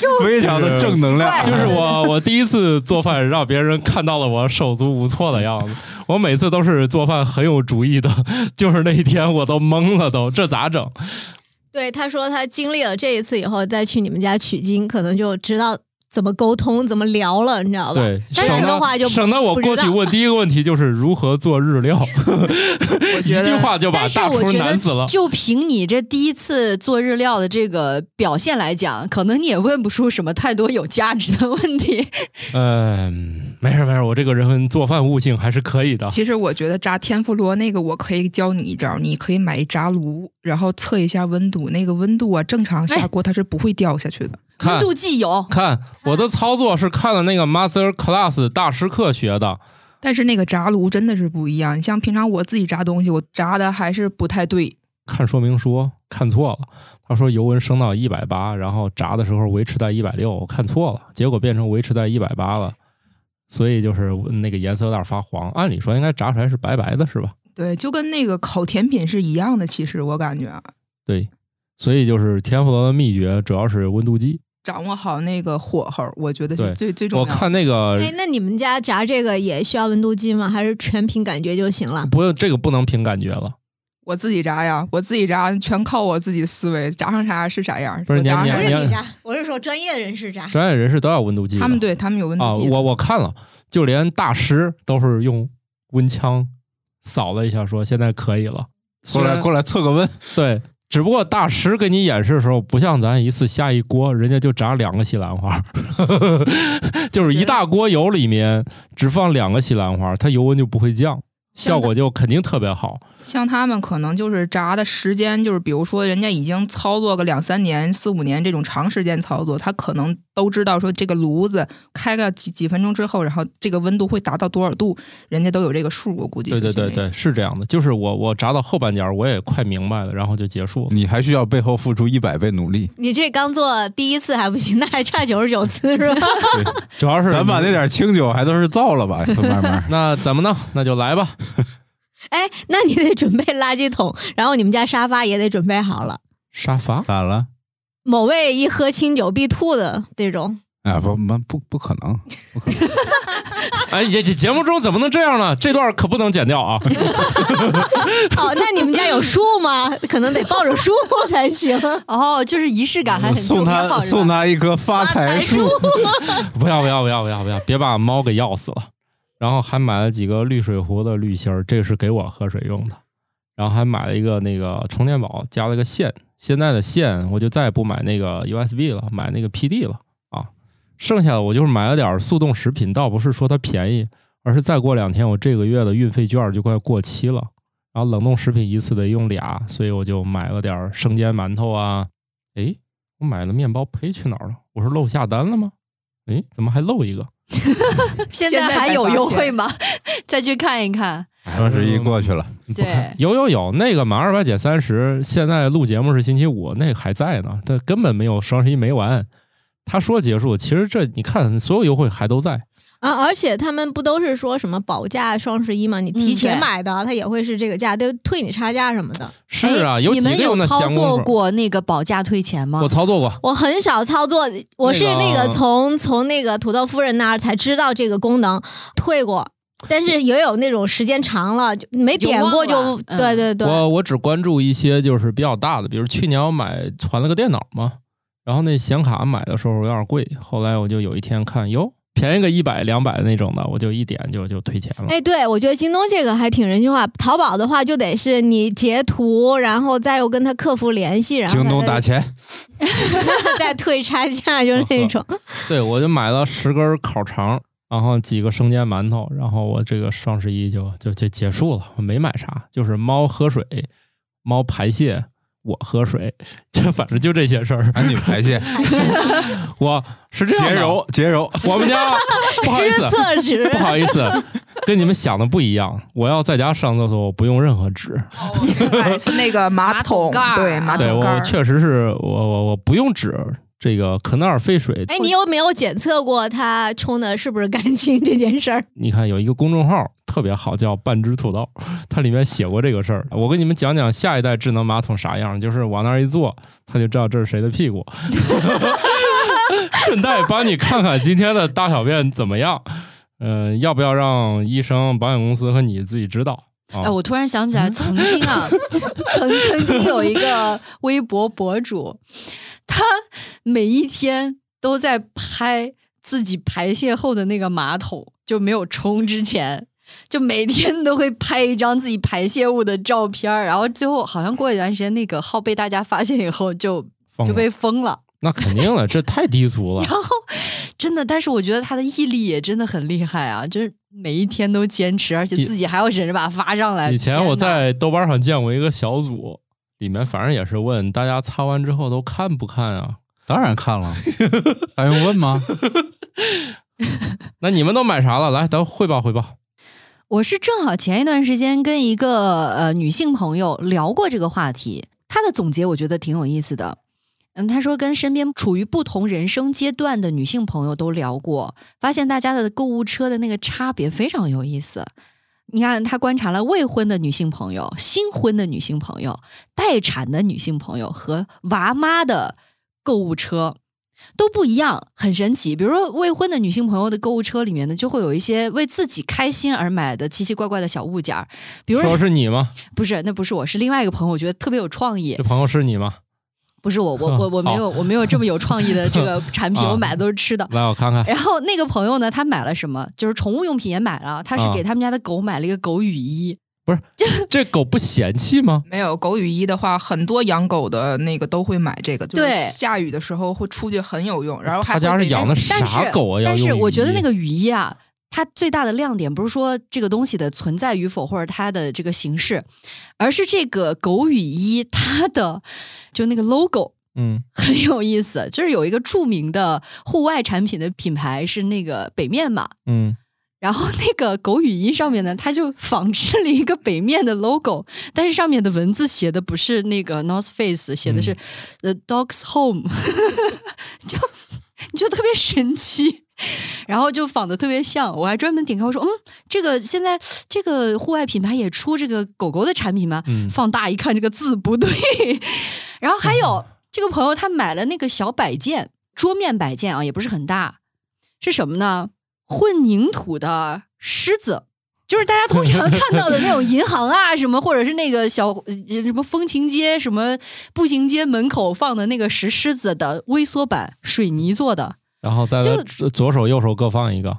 就
(laughs) 非常的正能量，
(laughs) 就是我我第一次做饭，让别人看到了我手足无措的样子。我每次都是做饭很有主意的， (laughs) 就是那一天我都懵了都，这咋整？
对，他说他经历了这一次以后，再去你们家取经，可能就知道怎么沟通、怎么聊了，你知道吧？
对，
但
省
是的话
得
就
省得我
不知
过去
道
问第一个问题就是如何做日料，
我
一
觉
句
得
话就把
但是
大
我
厨
觉
难死了
得，。就凭你这第一次做日料的这个表现来讲，可能你也问不出什么太多有价值的问题。
嗯，没事没事，我这个人做饭悟性还是可以的。
其实我觉得炸天妇罗那个，我可以教你一招，你可以买一炸炉，然后测一下温度，那个温度啊，正常下锅它是不会掉下去的。
看
温度计有，
看我的操作是看了那个 Master Class 大师课学的，
但是那个炸炉真的是不一样，你像平常我自己炸东西，我炸的还是不太对。
看说明书看错了，他说油温升到一百八，然后炸的时候维持在一百六，我看错了，结果变成维持在一百八了，所以就是那个颜色有点发黄。按理说应该炸出来是白白的，是吧？
对，就跟那个烤甜品是一样的，其实我感觉啊，
对，所以就是天妇罗的秘诀主要是温度计。
掌握好那个火候，我觉得
对
是最最重
我
要的。
看那个
哎，那你们家炸这个也需要温度计吗？还是全凭感觉就行了？
不用这个不能凭感觉了。
我自己炸呀，我自己炸，全靠我自己的思维，炸成啥样是啥样。
不是
我
你
炸
你
上
不是
你
你炸，我是说专业人士炸。
专业人士都要温度计的，
他们对他们有温
啊，
度计的。
我我看了，就连大师都是用温枪扫了一下，说现在可以了。
过来过来测个温，
对，只不过大师给你演示的时候，不像咱一次下一锅，人家就炸两个西兰花，
(laughs)
就是一大锅油里面只放两个西兰花，它油温就不会降，效果就肯定特别好。
像他们可能就是炸的时间，就是比如说人家已经操作个两三年、四五年这种长时间操作，他可能都知道说这个炉子开个几几分钟之后，然后这个温度会达到多少度，人家都有这个数，我估计
对
是
对
心
对
里
对，是这样的。就是我我炸到后半截儿，我也快明白了，然后就结束了。
你还需要背后付出一百倍努力。
你这刚做第一次还不行，那还差九十九次是吧？ (laughs)
主要是。
咱把那点清酒还都是造了吧，慢慢 (laughs)
那怎么弄？那就来吧。
哎，那你得准备垃圾桶，然后你们家沙发也得准备好了。
沙发
咋了？
某位一喝清酒必吐的这种，
啊，不不不，不可能！
哎，这这节目中怎么能这样呢？这段可不能剪掉啊！
哦，那你们家有树吗？ (laughs) 可能得抱着树才行。
(laughs) 哦，就是仪式感还很
送
重要，
他
是吧
送他一棵发财树，
(laughs) 不要不要不要不要不要，别把猫给咬死了。然后还买了几个绿水壶的滤芯儿，这个是给我喝水用的。然后还买了一个那个充电宝，加了个线。现在的线我就再也不买那个 USB 了，买那个 PD 了啊。剩下的我就是买了点儿速冻食品，倒不是说它便宜，而是再过两天我这个月的运费券就快过期了。然后冷冻食品一次得用俩，所以我就买了点儿生煎馒头啊。诶，我买了面包胚去哪儿了？我是漏下单了吗？诶，怎么还漏一个？
现
现
在
在
还
才
有
发
优
现
惠吗？ (laughs) 再去看一
(laughs)
看。
双十一过去了，
对，
有有有，那个满二百减三十，现在录节目是星期五，那个还在呢，但根本没有双十一没完。他说结束，其实这你看，所有优惠还都在。
啊，而且他们不都是说什么保价双十一吗？你提
嗯
前
对
买的，它也会是这个价，都退你差价什么的。
是啊，
哎
有
你
几
们
个
有
那
操
闲
作
工夫，
过那个保价退钱吗
我？操作过。
我很少操作，我是那
那
个
个
从、从那个土豆夫人那儿才知道这个功能，退过，但是也有那种时间长了就没
就
点
忘
过就
了嗯
对对对，
我我只关注一些就是比较大的，比如去年我买攒了个电脑嘛，然后那显卡买的时候有点贵，后来我就有一天看，哟，便宜个一百两百的那种的，我就一点就就退钱了。
哎，对，我觉得京东这个还挺人性化，淘宝的话就得是你截图，然后再又跟他客服联系，然后
京东
再
打钱，
再退差价，就是
(laughs)
那种。
对，我就买了十根烤肠，然后几个生煎馒头，然后我这个双十一就就就结束了，我没买啥，就是猫喝水，猫排泄，我喝水，就反正就这些事儿。
赶紧
(laughs)
排泄，
我是这样
洁
的，
柔洁柔。
我们家不好意
失
思，
厕纸
(laughs) 不，好意思，跟你们想的不一样。我要在家上厕所，我不用任何纸。
(laughs) 哎是那个马
哦马桶
桶
盖儿
对马
对
桶
我
盖
我
儿，
确实是我我我不用纸，这个可纳尔废水，
哎，你有没有检测过它冲的是不是干净这件事儿？
你看有一个公众号特别好，叫“半只土豆”，它里面写过这个事儿。我给你们讲讲下一代智能马桶啥样，就是往那儿一坐，它就知道这是谁的屁股， (laughs) 顺带帮你看看今天的大小便怎么样。嗯、要不要让医生、保险公司和你自己指导？啊、
哎，我突然想起来，曾经
(laughs)
啊，曾曾经有一个微博博主，他每一天都在拍自己排泄后的那个马桶，就没有冲之前。就每天都会拍一张自己排泄物的照片儿，然后最后好像过一段时间，那个号被大家发现以后就
放
就
了
被封了。
那肯定了，这太低
(laughs)
俗了
然。后真的，但是我觉得他的毅力也真的很厉害啊， (laughs) 就是每一天都坚持，而且
以
自己还要忍着把它发上来。
以前我
天哪
在豆瓣上见过一个小组，里面反正也是问大家擦完之后都看不看啊？
当然看了，还用问吗？ (laughs)
那你们都买啥了？来，咱汇报汇报。
我是正好前一段时间跟一个呃女性朋友聊过这个话题，她的总结我觉得挺有意思的。嗯，她说跟身边处于不同人生阶段的女性朋友都聊过，发现大家的购物车的那个差别非常有意思。你看，她观察了未婚的女性朋友、新婚的女性朋友、待产的女性朋友和娃妈的购物车。都不一样，很神奇。比如说，未婚的女性朋友的购物车里面呢，就会有一些为自己开心而买的奇奇怪怪的小物件儿，比如
说是你吗？
不是，那不是我，是另外一个朋友，我觉得特别有创意
这。朋友是你吗？
不是我，
(laughs)
我我我没有我没有这么有创意的这个产品，
啊
我买的都是吃的。
来，我看看。
然后那个朋友呢，他买了什么？就是宠物用品也买了，他是
啊
给他们家的狗买了一个狗雨衣。
这狗不嫌弃吗？
没有狗雨衣的话，很多养狗的那个都会买这个，就是
对
下雨的时候会出去很有用。然后还
他家
会
是
给
养的
但
啥
是
狗啊？要
但是
用
我觉得
雨衣
那个雨衣啊，它最大的亮点不是说这个东西的存在与否或者它的这个形式，而是这个狗雨衣它的就那个 logo
嗯，
很有意思，就是有一个著名的户外产品的品牌是那个北面嘛，
嗯，
然后那个狗雨衣上面呢，它就仿制了一个北面的 logo，但是上面的文字写的不是那个 North Face，写的是 The Dog's Home，就你就特别神奇。然后就仿的特别像，我还专门点开我说，嗯，这个现在这个户外品牌也出这个狗狗的产品吗？
嗯
放大一看，这个字不对。 (laughs) 然后还有这个朋友他买了那个小摆件，桌面摆件啊，也不是很大，是什么呢？混凝土的狮子，就是大家通常看到的那种银行啊，什么或者是那个小呃什么风情街、什么步行街门口放的那个石狮子的微缩版，水泥做的。
然后再
就
左左手右手各放一个，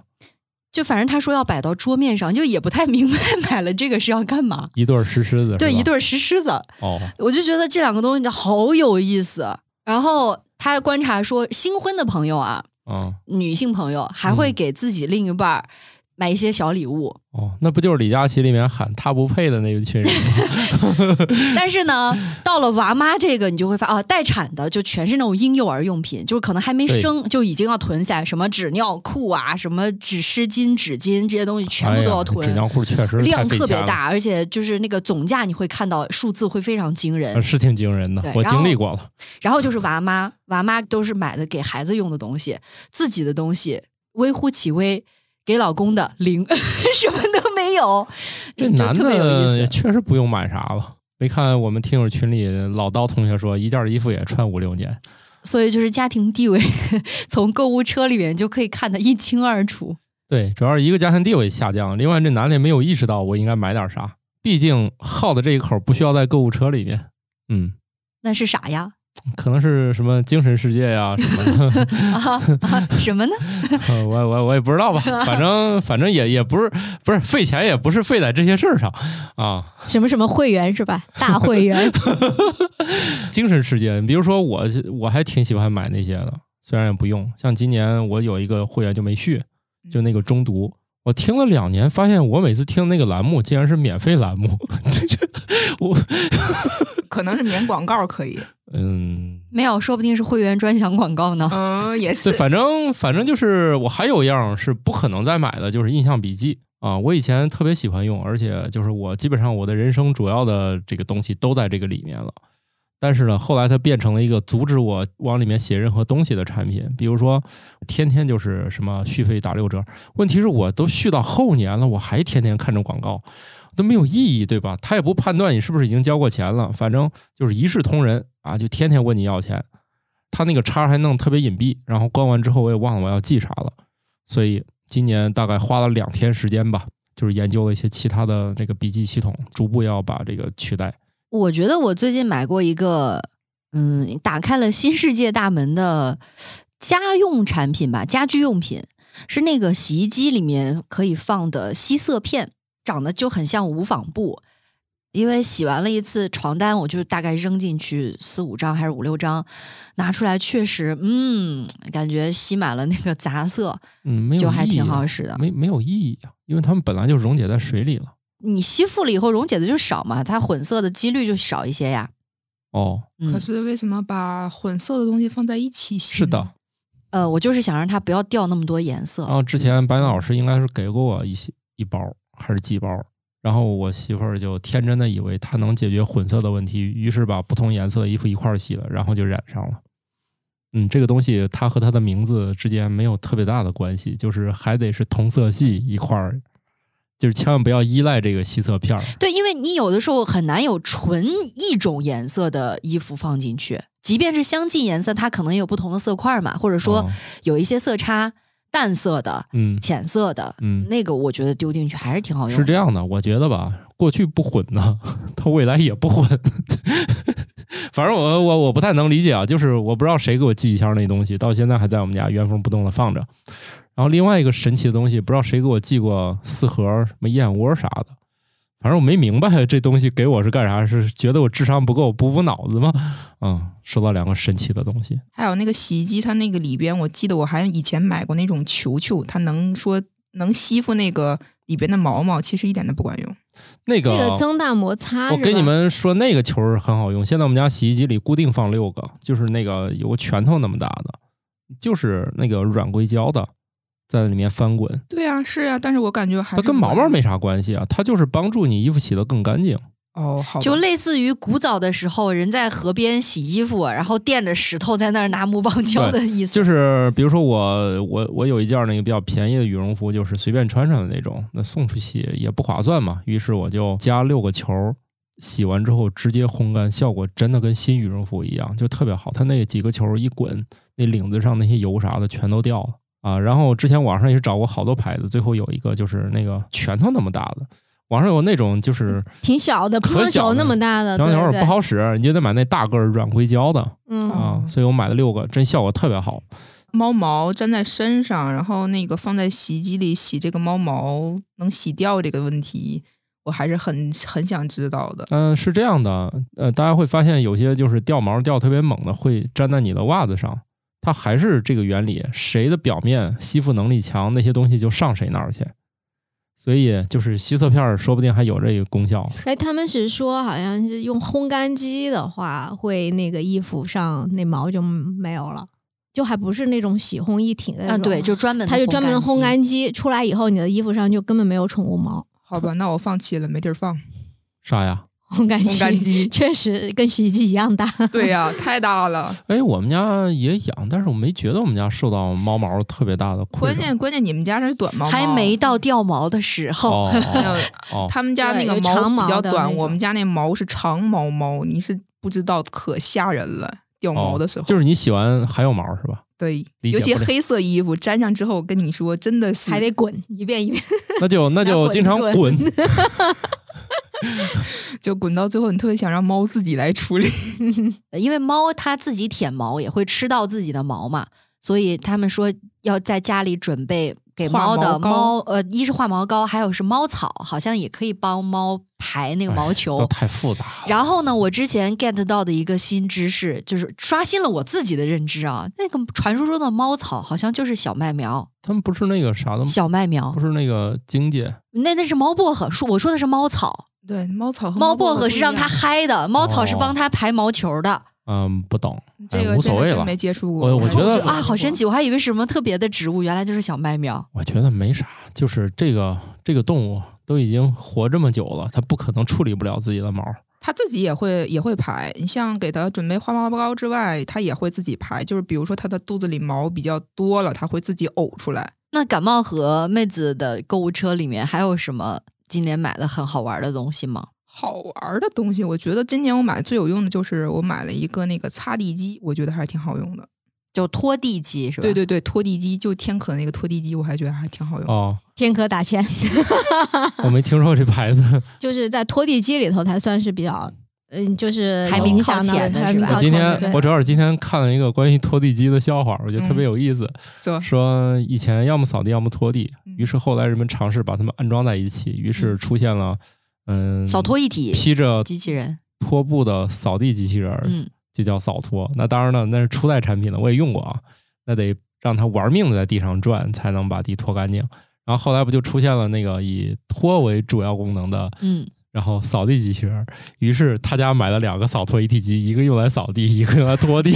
就反正他说要摆到桌面上，就也不太明白买了这个是要干嘛。
一对儿石狮子，
对，
是吧
一对儿石狮子，
哦，
我就觉得这两个东西好有意思。然后他观察说，新婚的朋友啊，
嗯，
女性朋友还会
嗯
给自己另一半儿买一些小礼物，
哦，那不就是李佳琦里面喊他不配的那一群人吗？
(laughs) 但是呢，到了娃妈这个，你就会发啊，待产的就全是那种婴幼儿用品，就是可能还没
对
生就已经要囤起来，什么纸尿裤啊，什么纸湿巾、纸巾这些东西 (laughs) 全部都要囤，
哎呀纸尿裤确实是太
量
费
特别
钱了，
大，而且就是那个总价你会看到数字会非常惊
(laughs)
人
呃。是挺惊人的
对，
我
然
经
后
历过了。
然后就是娃妈，娃妈都是买的给孩子用的东西，自己的东西微乎其微，给老公的零， (laughs) 什么都没有，
这
嗯就
男
特别有
的
意
也
思。
确实不用买啥了。没看我们听友群里老刀同学说，一件衣服也穿五六年，
所以就是家庭地位， (laughs) 从购物车里面就可以看得一清二楚。
对，主要是一个家庭地位下降，另外这男的也没有意识到我应该买点啥，毕竟耗的这一口不需要在购物车里面。嗯，
那是啥呀？
可能是什么精神世界呀、什么的，
(laughs) 啊，啊什么呢？
呃 (laughs) 我我我也不知道吧，反正反正也也不是不是费钱，也不是费在这些事儿上啊。 (laughs)
什么什么会员是吧？大会员
精神世界，比如说我我还挺喜欢买那些的，虽然也不用。像今年我有一个会员就没续，就那个中毒。我听了两年，发现我每次听那个栏目竟然是免费栏目， (laughs) 我
可能是免广告可
(laughs)
以，
嗯，
没有，说不定是会员专享广告呢。
嗯，也
对，
是。
反正反正就是我还有一样是不可能再买的，就是印象笔记啊。我以前特别喜欢用，而且就是我基本上我的人生主要的这个东西都在这个里面了。但是呢，后来它变成了一个阻止我往里面写任何东西的产品，比如说天天就是什么续费打六折。问题是我都续到后年了，我还天天看着广告，都没有意义，对吧？他也不判断你是不是已经交过钱了，反正就是一视同仁啊，就天天问你要钱。他那个叉还弄特别隐蔽，然后关完之后我也忘了我要记啥了，所以今年大概花了两天时间吧，就是研究了一些其他的这个笔记系统，逐步要把这个取代。
我觉得我最近买过一个，嗯，打开了新世界大门的家用产品吧，家居用品是那个洗衣机里面可以放的吸色片，长得就很像无纺布。因为洗完了一次床单，我就大概扔进去四五张还是五六张，拿出来确实，嗯，感觉吸满了那个杂色，
嗯，没有
就还
意义
挺
啊
好使的。
没没有意义啊，因为它们本来就溶解在水里了。
你吸附了以后溶解的就少嘛，它混色的几率就少一些呀。
哦，
可
嗯，
是为什么把混色的东西放在一起洗？
是的，，
呃，我就是想让它不要掉那么多颜色。
然后之前白娜老师应该是给过我一些一包还是几包，然后我媳妇儿就天真的以为它能解决混色的问题，于是把不同颜色的衣服一块儿洗了，然后就染上了。嗯，这个东西它和它的名字之间没有特别大的关系，就是还得是同色系一块儿，就是千万不要依赖这个吸色片儿。
对，因为你有的时候很难有纯一种颜色的衣服放进去，即便是相近颜色，它可能也有不同的色块嘛，或者说
哦
有一些色差，淡色的、
嗯，
浅色的，
嗯
那个我觉得丢进去还是挺好用的。
是这样的，我觉得吧，过去不混呢， (laughs) 它未来也不混。 (laughs) 反正我我我不太能理解啊，就是我不知道谁给我寄一箱那东西，到现在还在我们家原封不动的放着。然后另外一个神奇的东西，不知道谁给我寄过四盒什么燕窝啥的，反正我没明白这东西给我是干啥，是觉得我智商不够补补脑子吗？嗯，收到两个神奇的东西，
还有那个洗衣机，它那个里边，我记得我还以前买过那种球球，它能说能吸附那个里边的毛毛，其实一点都不管用。
那个
那个增大摩擦，
我
是
给你
吧
们说，那个球儿很好用。现在我们家洗衣机里固定放六个，就是那个有个拳头那么大的，就是那个软硅胶的，在里面翻滚。
对啊，是啊，但是我感觉还
它
是
跟
不
毛
管
毛
用
没啥关系啊，它就是帮助你衣服洗得更干净。
哦，好吧
啊
就类似于古早的时候，人在河边洗衣服，然后垫着石头在那儿拿木棒敲的意思。
就是比如说我我我有一件那个比较便宜的羽绒服，就是随便穿上的那种，那送出去也不划算嘛。于是我就加六个球儿，洗完之后直接烘干，效果真的跟新羽绒服一样，就特别好。它那几个球儿一滚，那领子上那些油啥的全都掉了啊。然后之前网上也是找过好多牌子，最后有一个就是那个拳头那么大的，网上有那种就是
挺小的，乒
可
乓
小
球那
了
么大的，
小小
对
点
对，
不好使，你就得买那大个儿软硅胶的
嗯，
啊
哦。
所以我买了六个，真效果特别好。
猫毛粘在身上，然后那个放在洗衣机里洗这个猫毛能洗掉这个问题，我还是很很想知道的。
嗯、是这样的，呃，大家会发现有些就是掉毛掉特别猛的，会粘在你的袜子上。它还是这个原理，谁的表面吸附能力强，那些东西就上谁那儿去。所以就是吸色片儿，说不定还有这个功效。
哎，他们是说好像是用烘干机的话，会那个衣服上那毛就没有了，就还不是那种洗烘一体的那
啊，
种
对，就专门的
它就专门的烘
机
干机出来以后，你的衣服上就根本没有宠物毛。
好吧，那我放弃了，没地儿放。
啥呀？
烘干机
烘干机
(laughs) 确实跟洗衣机一样大，
(laughs) 对呀、太大了。
哎，我们家也养，但是我没觉得我们家受到猫毛特别大的困
关
扰。
键关键，你们家是短毛毛，
还没到掉毛的时候。
哦
有
哦哦，
他们家那
对
个
有长
毛比较
毛的那
短，
种
我们家那毛是长毛毛，你是不知道，可吓人了。掉毛的时候，
哦就是你洗完还有毛是
(laughs)
吧？
对，
理解
尤其
不了
黑色衣服沾上之后，跟你说真的是
还得滚一遍一遍。
那就那就
滚
经常
滚
滚。
(laughs) 就滚到最后，你特别想让猫自己来处理。
因为猫它自己舔毛也会吃到自己的毛嘛，所以他们说要在家里准备给
化
猫的
毛膏
猫呃，一是化毛膏，还有是猫草，好像也可以帮猫排那个毛
都
球。
太复杂了。
然后呢，我之前 get 到的一个新知识，就是刷新了我自己的认知啊。那个传说中的猫草好像就是小麦苗，
他们不是那个啥的吗？
小麦苗
嗯不，是那个荆芥，
那那是猫薄荷，说我说的是猫草，
对，哦猫草和
猫薄
薄
荷
荷
是让它
它
嗨的，猫草是
哦
帮它排毛球的。
嗯，不懂，
这个
哎、无所谓
这个
了
真。没接触
我
过。
我觉得
就啊，好神！奇！我还以为是什么特别的植物，原来就是小麦苗。
我觉得没啥，就是这个这个动物都已经活这么久了，它不可能处理不了自己的毛。
他自己也会也会排。你像给他准备花毛膏之外，他也会自己排。就是比如说他的肚子里毛比较多了，他会自己呕出来。
那感冒和妹子的购物车里面还有什么今年买的很好玩的东西吗？
好玩的东西，我觉得今年我买最有用的就是我买了一个那个擦地机，我觉得还是挺好用的。
就拖地机是吧？
对，对对，拖地机就天可那个拖地机，我还觉得还挺好用。
哦，
天可打钱，
我没听说过这牌
(laughs)
子。
就是在拖地机里头才算是比较，嗯，就是
排名
影响
靠前的
的，排
是
名
吧
靠
我
哦
今
前
天
对
我正好今天看了一个关于拖地机的笑话，我觉得特别
嗯
有意思。
是吧？
说以前要么扫地，要么拖地，
嗯
于是后来人们尝试把它们安装在一起，于是出现了嗯，
扫拖一体
披着
机器人。
拖布的扫地机器人儿，
嗯，
就叫扫拖。那当然了，那是初代产品了，我也用过啊，那得让它玩命的在地上转，才能把地拖干净。然后后来不就出现了那个以拖为主要功能的，
嗯，
然后扫地机器人儿。于是他家买了两个扫拖一体机，一个用来扫地，一个用来拖
(laughs)
地。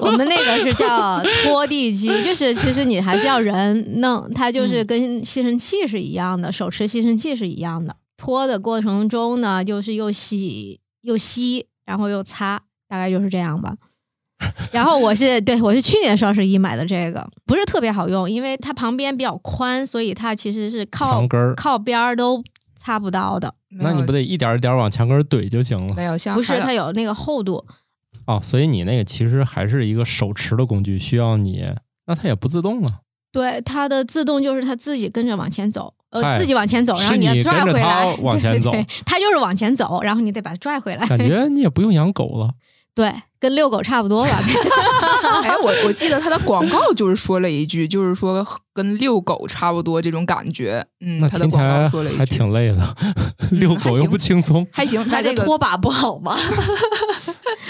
我们那个是叫拖地机， (laughs) 就是其实你还是要人弄，它就是跟吸尘器是一样的，手持吸尘器是一样的。拖的过程中呢，就是又洗又吸，然后又擦，大概就是这样吧。然后我是对我是去年双十一买的这个，不是特别好用，因为它旁边比较宽，所以它其实是靠
墙根儿
靠边儿都擦不到的。
没有
(laughs) 那你不得一点儿一点儿往墙根儿怼就行了
没有像
不是
还有
它有那个厚度，
啊？所以你那个其实还是一个手持的工具，需要你，那它也不自动啊了，
对，它的自动就是它自己跟着往前走，
哎
呃，自己往前走，然后
是
要
你
拽
跟着
回
它
来，
往前走
对对对，它就是往前走，然后你得把它拽回
(laughs)
来。
感觉你也不用养狗了。
对，跟遛狗差不
(laughs)
多吧。
哎，我我记得他的广告就是说了一句，就是说跟遛狗差不多这种感觉。嗯，
那
他的
听起
广
来
告说了一
还
句，
挺累
(laughs)
的，遛狗
还
又
行
不轻松。
还行，他
那
这
个
个
拖把不好吗？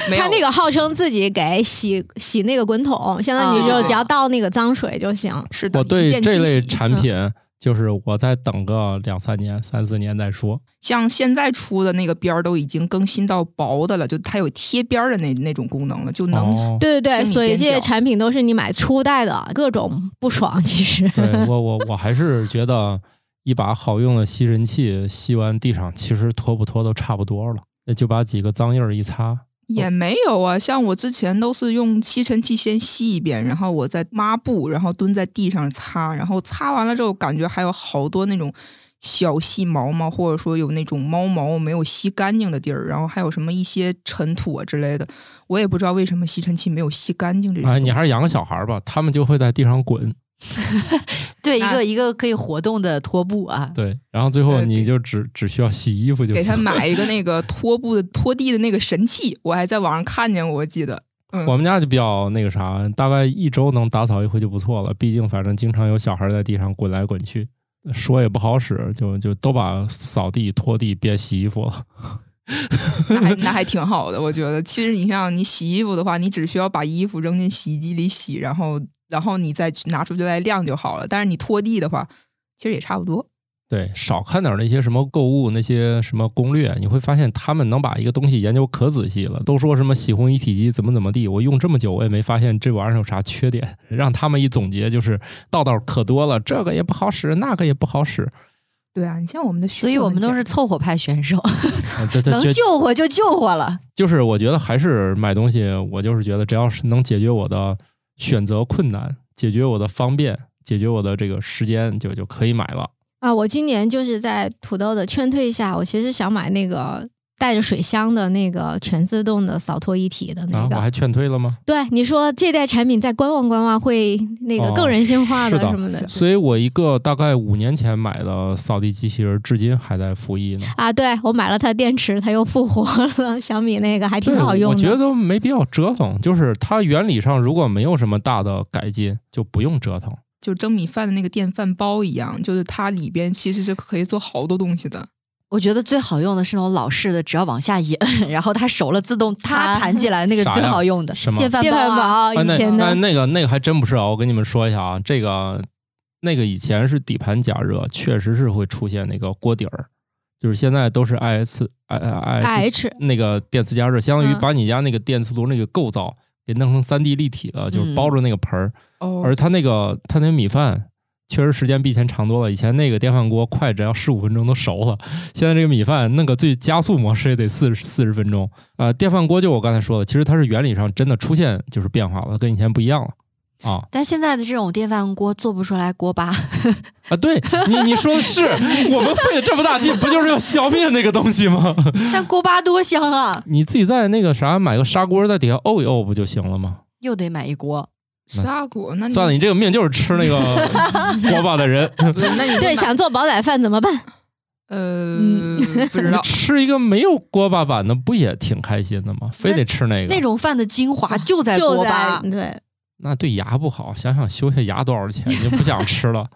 没有
它那个号称自己给洗洗那个滚筒，相当于
啊
你就只要倒那个脏水就行。
是的，
我
一
对
见
这
惊
类
喜嗯
产品，就是我再等个两三年、三四年再说。
像现在出的那个边儿都已经更新到薄的了，就它有贴边儿的那那种功能了，就能、
哦，
对对对，
心理
所以
边
这些
角
产品都是你买初代的，各种不爽。其实，
对我我我还是觉得一把好用的吸尘器吸完地上，其实拖不拖都差不多了，就把几个脏印儿一擦。
也没有啊。像我之前都是用吸尘器先吸一遍，然后我再抹布，然后蹲在地上擦，然后擦完了之后感觉还有好多那种小细毛毛，或者说有那种猫毛没有吸干净的地儿，然后还有什么一些尘土啊之类的，我也不知道为什么吸尘器没有吸干净这种。
哎，你还是养个小孩儿吧，他们就会在地上滚。
(laughs) 对，一
那
个一个可以活动的拖布啊。
对，然后最后
对
你
给
就只只需要洗衣服就
给他
行。
买一个那个拖布的拖地的那个神器，我还在网上看见过，我记得。
(laughs)
嗯，
我们家就比较那个啥，大概一周能打扫一回就不错了。毕竟反正经常有小孩在地上滚来滚去，说也不好使，就就都把扫地、拖地变洗衣服了。(laughs)
那还那还挺好的，我觉得。其实你像你洗衣服的话，你只需要把衣服扔进洗衣机里洗，然后然后你再去拿出来晾就好了。但是你拖地的话，其实也差不多。
对，少看点那些什么购物那些什么攻略，你会发现他们能把一个东西研究可仔细了。都说什么洗烘一体机怎么怎么地，我用这么久我也没发现这玩意儿有啥缺点。 (laughs) 让他们一总结，就是道道可多了，这个也不好使，那个也不好使。
对啊，你像我们的需求
所以我们
很
都
简
是
单
凑合派选手，
啊
(laughs)
这这
能
这
救活就救活了。
就是我觉得还是买东西，我就是觉得只要是能解决我的选择困难，解决我的方便，解决我的这个时间，就就可以买了。
(laughs) 啊，我今年就是在土豆的劝退下，我其实想买那个带着水箱的那个全自动的扫拖一体的那
啊，
个。
我还劝退了吗？
对，你说这代产品再观望观望，会那个
哦
更人性化
是的
什么的。
所以我一个大概五年前买的扫地机器人，至今还在服役呢。
啊，对我买了它电池，它又复活了， (laughs) 小米那个还哎挺
对
好用
我
的。
觉得没必要折腾。就是它原理上如果没有什么大的改进，就不用折腾。
就蒸米饭的那个电饭煲一样，就是它里边其实是可以做好多东西的。
我觉得最好用的是那种老式的，只要往下一摁， (laughs) 然后它熟了自动它
啊
弹起 (laughs) 来，那个
啥呀
最好用的
什么
电饭
电饭
煲啊。
煲
啊，
以前
那那
的，
那个那个还真不是啊！我跟你们说一下啊，这个那个以前是底盘加热，确实是会出现那个锅底儿，就是现在都是 I S 哎 I I
IH
那个电磁加热，相当于
嗯
把你家那个电磁炉那个构
嗯
造给弄成三 D 立体了，就是包着那个盆儿，
哦
而它那个它那米饭。确实时间比以前长多了。以前那个电饭锅快只要十五分钟都熟了，现在这个米饭那个最加速模式也得四十四十分钟。啊、电饭锅就我刚才说的，其实它是原理上真的出现就是变化了，跟以前不一样了。啊
但现在的这种电饭锅做不出来锅巴，
啊，对你你说的是，我们费了这么大劲，不就是要消灭那个东西吗？
(laughs)
(laughs)
但锅巴多香啊！
你自己在那个啥买个砂锅，在底下沤一沤不就行了吗？
又得买一锅，
砂锅啊那你
算了，你这个命就是吃
(laughs)
那个锅巴的人，
不是那你就买
对，想做煲仔饭怎么办？
嗯
呃不知道
吃一个没有锅巴版的不也挺开心的吗？非得吃那个，
那种饭的精华就在
就
锅
在
巴。
对，
那对牙不好。想想修下牙多少钱，你就不想吃 (laughs) 了。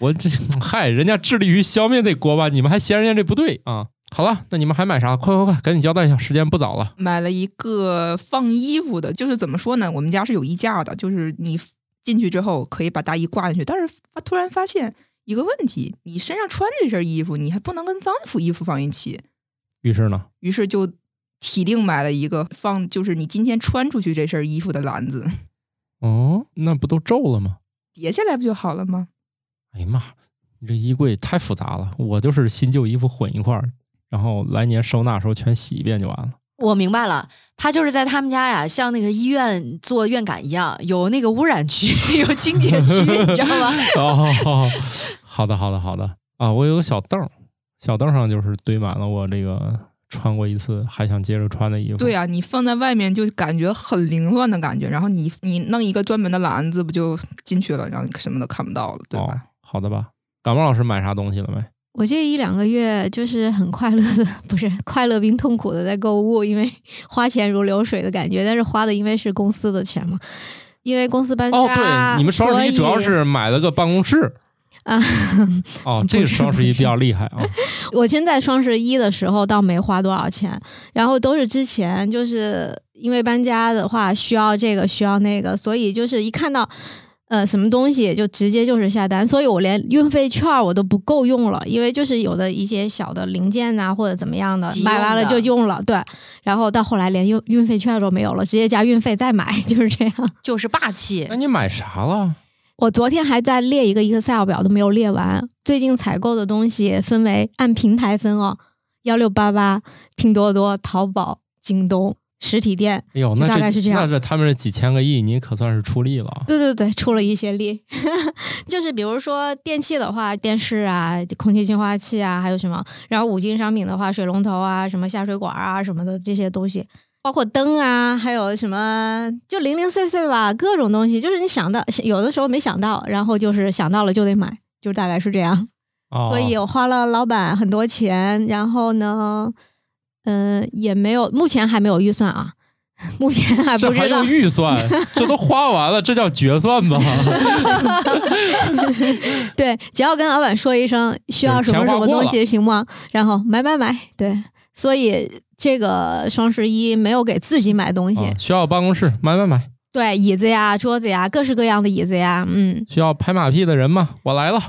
我这嗨，人家致力于消灭那锅巴，你们还嫌人家这不对啊？好了，那你们还买啥？快快快，赶紧交代一下，时间不早了。
买了一个放衣服的，就是怎么说呢？我们家是有衣架的，就是你进去之后可以把大衣挂进去，但是发突然发现一个问题，你身上穿这身衣服，你还不能跟脏衣服衣服放一起，
于是呢，
于是就体定买了一个放，就是你今天穿出去这身衣服的篮子，
哦，那不都皱了吗？
叠下来不就好了吗？
哎呀妈，你这衣柜太复杂了，我就是新旧衣服混一块儿，然后来年收纳的时候全洗一遍就完了。
我明白了，他就是在他们家呀，像那个医院做院感一样，有那个污染区， (laughs) 有清洁区，你知道吗？ (laughs)
(laughs) 哦，好的，好的，好的啊！我有个小凳儿，小凳儿上就是堆满了我这个穿过一次还想接着穿的衣服。
对啊，你放在外面就感觉很凌乱的感觉，然后你你弄一个专门的篮子不就进去了，然后你什么都看不到了，对
哦
吧？，
好的吧。感冒老师买啥东西了没？
我这一两个月就是很快乐的，不是快乐并痛苦的在购物，因为花钱如流水的感觉，但是花的因为是公司的钱嘛，因为公司搬家，
哦，对，你们双十一主要
所以
是买了个办公
(laughs)
室。
啊，
哦，这个双十一比较厉害啊！
我真在双十一的时候倒没花多少钱，然后都是之前就是因为搬家的话需要这个需要那个，所以就是一看到。呃，什么东西就直接就是下单，所以我连运费券儿我都不够用了，因为就是有的一些小的零件呐、或者怎么样的
急，
买完了
用的
就用了，对。然后到后来连运运费券都没有了，直接加运费再买， (laughs) 就是这样。
就是霸气
那。你买啥了？
我昨天还在列一个 Excel 表，都没有列完。最近采购的东西分为按平台分哦，幺六八八、拼多多、淘宝、京东实体店。
哎呦，
就
那
大概是这样
那这他们这几千个亿，你可算是出力了啊。
对对对，出了一些力， (laughs) 就是比如说电器的话，电视啊、空气净化器啊，还有什么，然后五金商品的话，水龙头啊、什么下水管啊什么的这些东西，包括灯啊，还有什么就零零碎碎吧，各种东西，就是你想到有的时候没想到，然后就是想到了就得买，就大概是这样。
哦
所以我花了老板很多钱，然后呢，嗯、也没有，目前还没有预算啊， (laughs) 目前还
这
不
还
知道
用。预
(laughs)
算？这都花完了，这叫决算吗？
对，只要跟老板说一声需要什么
钱花
什么
过
东
了
西行吗？然后买买买，对，所以这个双十一没有给自己买东西，
啊需要办公室，买买买；
对，椅子呀、桌子呀，各式各样的椅子呀，嗯，
需要拍马屁的人吗？我来了。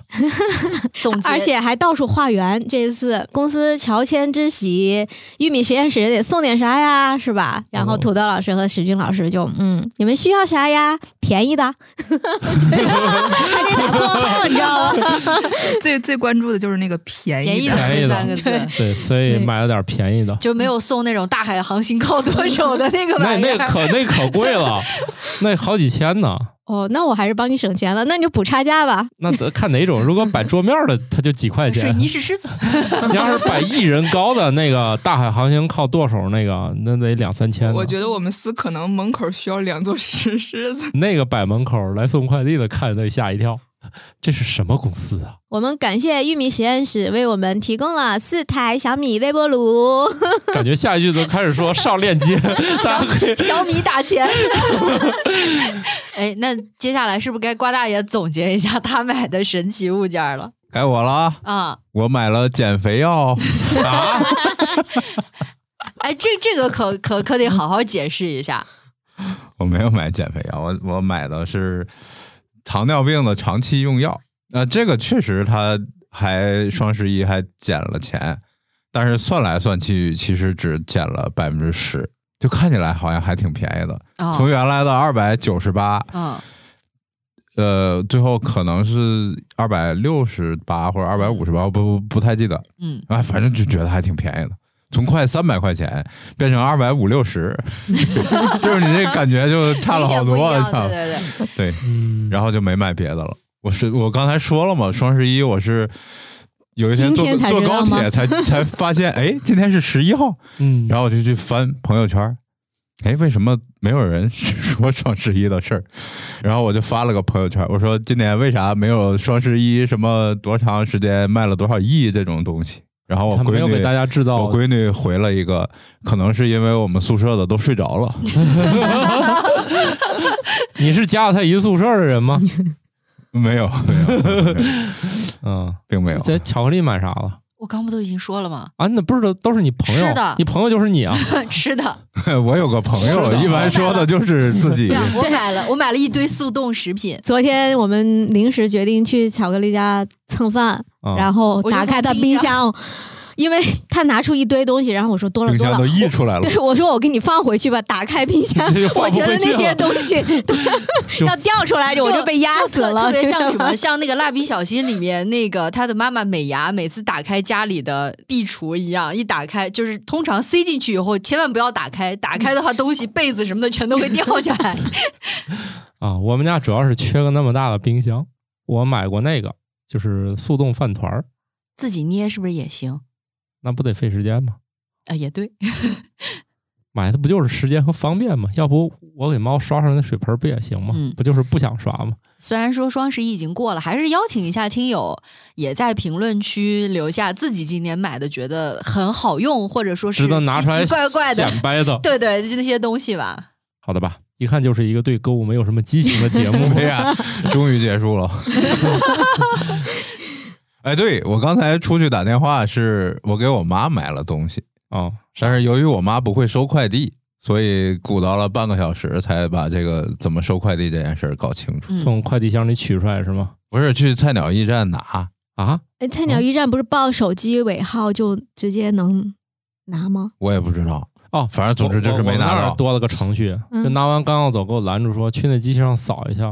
总结，
而且还到处化缘。这一次公司乔迁之喜，玉米实验室也得送点啥呀，是吧？然后
哦
土豆老师和史军老师就，嗯，你们需要啥呀？便宜的， (laughs) 啊还得打括号，你知道吗？
(laughs) 最最关注的就是那个便
便宜
宜
的
的，
便宜
这
的
三个字
对，
对，所以
是
买了点便宜的。
(laughs) 就没有送那种大海航行靠 (laughs) 舵手的那个
那
玩意
那
儿。
可那可贵了，那好几千呢。
(laughs) 哦，那我还是帮你省钱了，那你就补差价吧。
那得看哪种，如果摆桌面的，它就几块
水
钱；
泥是狮子，
(laughs) 你要是摆一人高的那个大海航行靠舵手那个，那得两三千呢。
我觉得我们司可能门口需要两座石狮子。
那个摆门口来送快递的，看着得吓一跳，这是什么公司啊？
我们感谢玉米实验室为我们提供了四台小米微波炉。
感觉下一句都开始说上链接，大家可以
小米打钱。 (laughs) 哎，那接下来是不是该瓜大爷总结一下他买的神奇物件了
该我了啊，
啊？
我买了减肥药啊，
哎，这这个可可可得好好解释一下。
我没有买减肥药，我我买的是糖尿病的长期用药。那、这个确实，它还双十一还减了钱，但是算来算去，其实只减了百分之十，就看起来好像还挺便宜的，
啊、
从原来的二百九十八
嗯，
呃，最后可能是二百六十八或者二百五十八，不不不太记得，
嗯，
哎，反正就觉得还挺便宜的，从快三百块钱变成二百五
(laughs)
六十，就是你这感觉就差了好多，啊
明显不一
差
样
了
对对对，
对，
嗯，
然后就没买别的了。我是我刚才说了嘛，双十一我是有一天坐
今天才
坐
知道
高
吗
铁才才发现，哎，今天是十一号，
嗯，
然后我就去翻朋友圈儿，哎，为什么没有人 (laughs) 说双十一的事儿？然后我就发了个朋友圈，我说今年为啥没有双十一什么多长时间卖了多少亿这种东西？然后我
他没
闺
有给
女
大家制造
我闺女回了一个，可能是因为我们宿舍的都睡着了，
(laughs) 你是加了他一宿舍的人
(laughs)
吗？
没有，没有，没有
嗯，
并没有。
这巧克力买啥了？
我刚不都已经说了吗？
啊，那不是都都是你朋友
吃的，
你朋友就是你啊，
(laughs) 吃的，
(laughs) 我有个朋友，一般说的就是
(laughs)
自己。
啊
啊
我买了，我买了一堆速冻食 (laughs) 品，
(laughs) 昨天我们临时决定去巧克力家蹭饭，
啊
然后打开他冰箱，因为他拿出一堆东西，然后我说多了
冰
多
箱都，
了
溢出来了，。
对我说我给你放回去吧。打开冰箱
这就，放不
我觉得
回去
那些
了
东西 (laughs) 要掉出
哎
来，我就被压死
特
了，
特别像什
(laughs)
么， (laughs)
你知道吗？
像那个蜡笔小新里面那个他的妈妈美伢，每次打开家里的壁橱一样，一打开就是通常塞进去以后，千万不要打开，打开的话东西被子什么的全都会掉下来。 (laughs)
啊，我们家主要是缺个那么大的冰箱，我买过那个，就是速冻饭团儿，
自己捏是不是也行？
那不得费时间吗？
啊，也对，
买的不就是时间和方便吗？要不我给猫刷刷那水盆儿不也行吗？
嗯
不就是不想刷吗？
虽然说双十一已经过了，还是邀请一下听友也在评论区留下自己今年买的觉得很好用，或者说是
值得拿出来
奇奇怪怪的，
显摆的，
对对，就那些东西吧。
好的吧？一看就是一个对购物没有什么激情的节目
(laughs) 哎呀，终于结束了。 (laughs) 哎，对我刚才出去打电话，是我给我妈买了东西，
啊，
但是由于我妈不会收快递，所以鼓捣了半个小时才把这个怎么收快递这件事儿搞清楚。
嗯，
从快递箱里取出来是吗？
不是去菜鸟驿站拿，
啊，
哎，菜鸟驿站不是报手机尾号就直接能拿吗？
我也不知道。
哦，
反正总之就是没
我我我
拿
那儿
到。
多了个程序，
嗯
就拿完刚要走，给我拦住说去那机器上扫一下，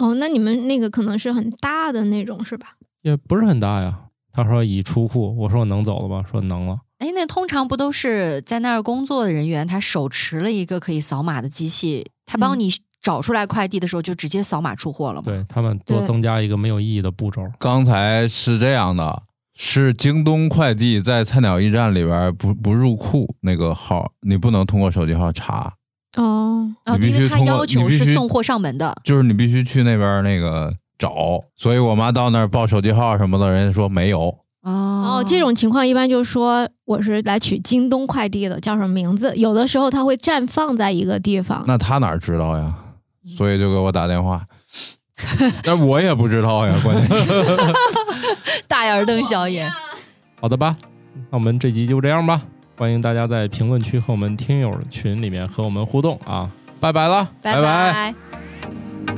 哦，那你们那个可能是很大的那种是吧？
也不是很大呀。他说已出库，我说我能走了吧？说能了。
哎，那通常不都是在那儿工作的人员，他手持了一个可以扫码的机器，他帮
嗯
你找出来快递的时候就直接扫码出货了吗？
对他们多
对
增加一个没有意义的步骤。
刚才是这样的，是京东快递在菜鸟驿站里边不不入库那个号，你不能通过手机号查，
哦，
啊，
你必
因为
须
他
通过
要
你
求
必须
是送货上门的。
就是你必须去那边那个找。所以我妈到那儿报手机号什么的，人家说没有。
哦
哦，这种情况一般就是说我是来取京东快递的，叫什么名字？有的时候它会暂放在一个地
嗯
方。
那他哪知道呀？所以就给我打电
(laughs)
话，但我也不知道呀，关键是。
大眼瞪小眼，
好的吧，那我们这集就这样吧。欢迎大家在评论区和我们听友群里面和我们互动啊！拜拜了。
拜拜
(laughs) 拜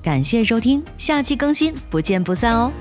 感谢收听，下期更新，不见不散哦。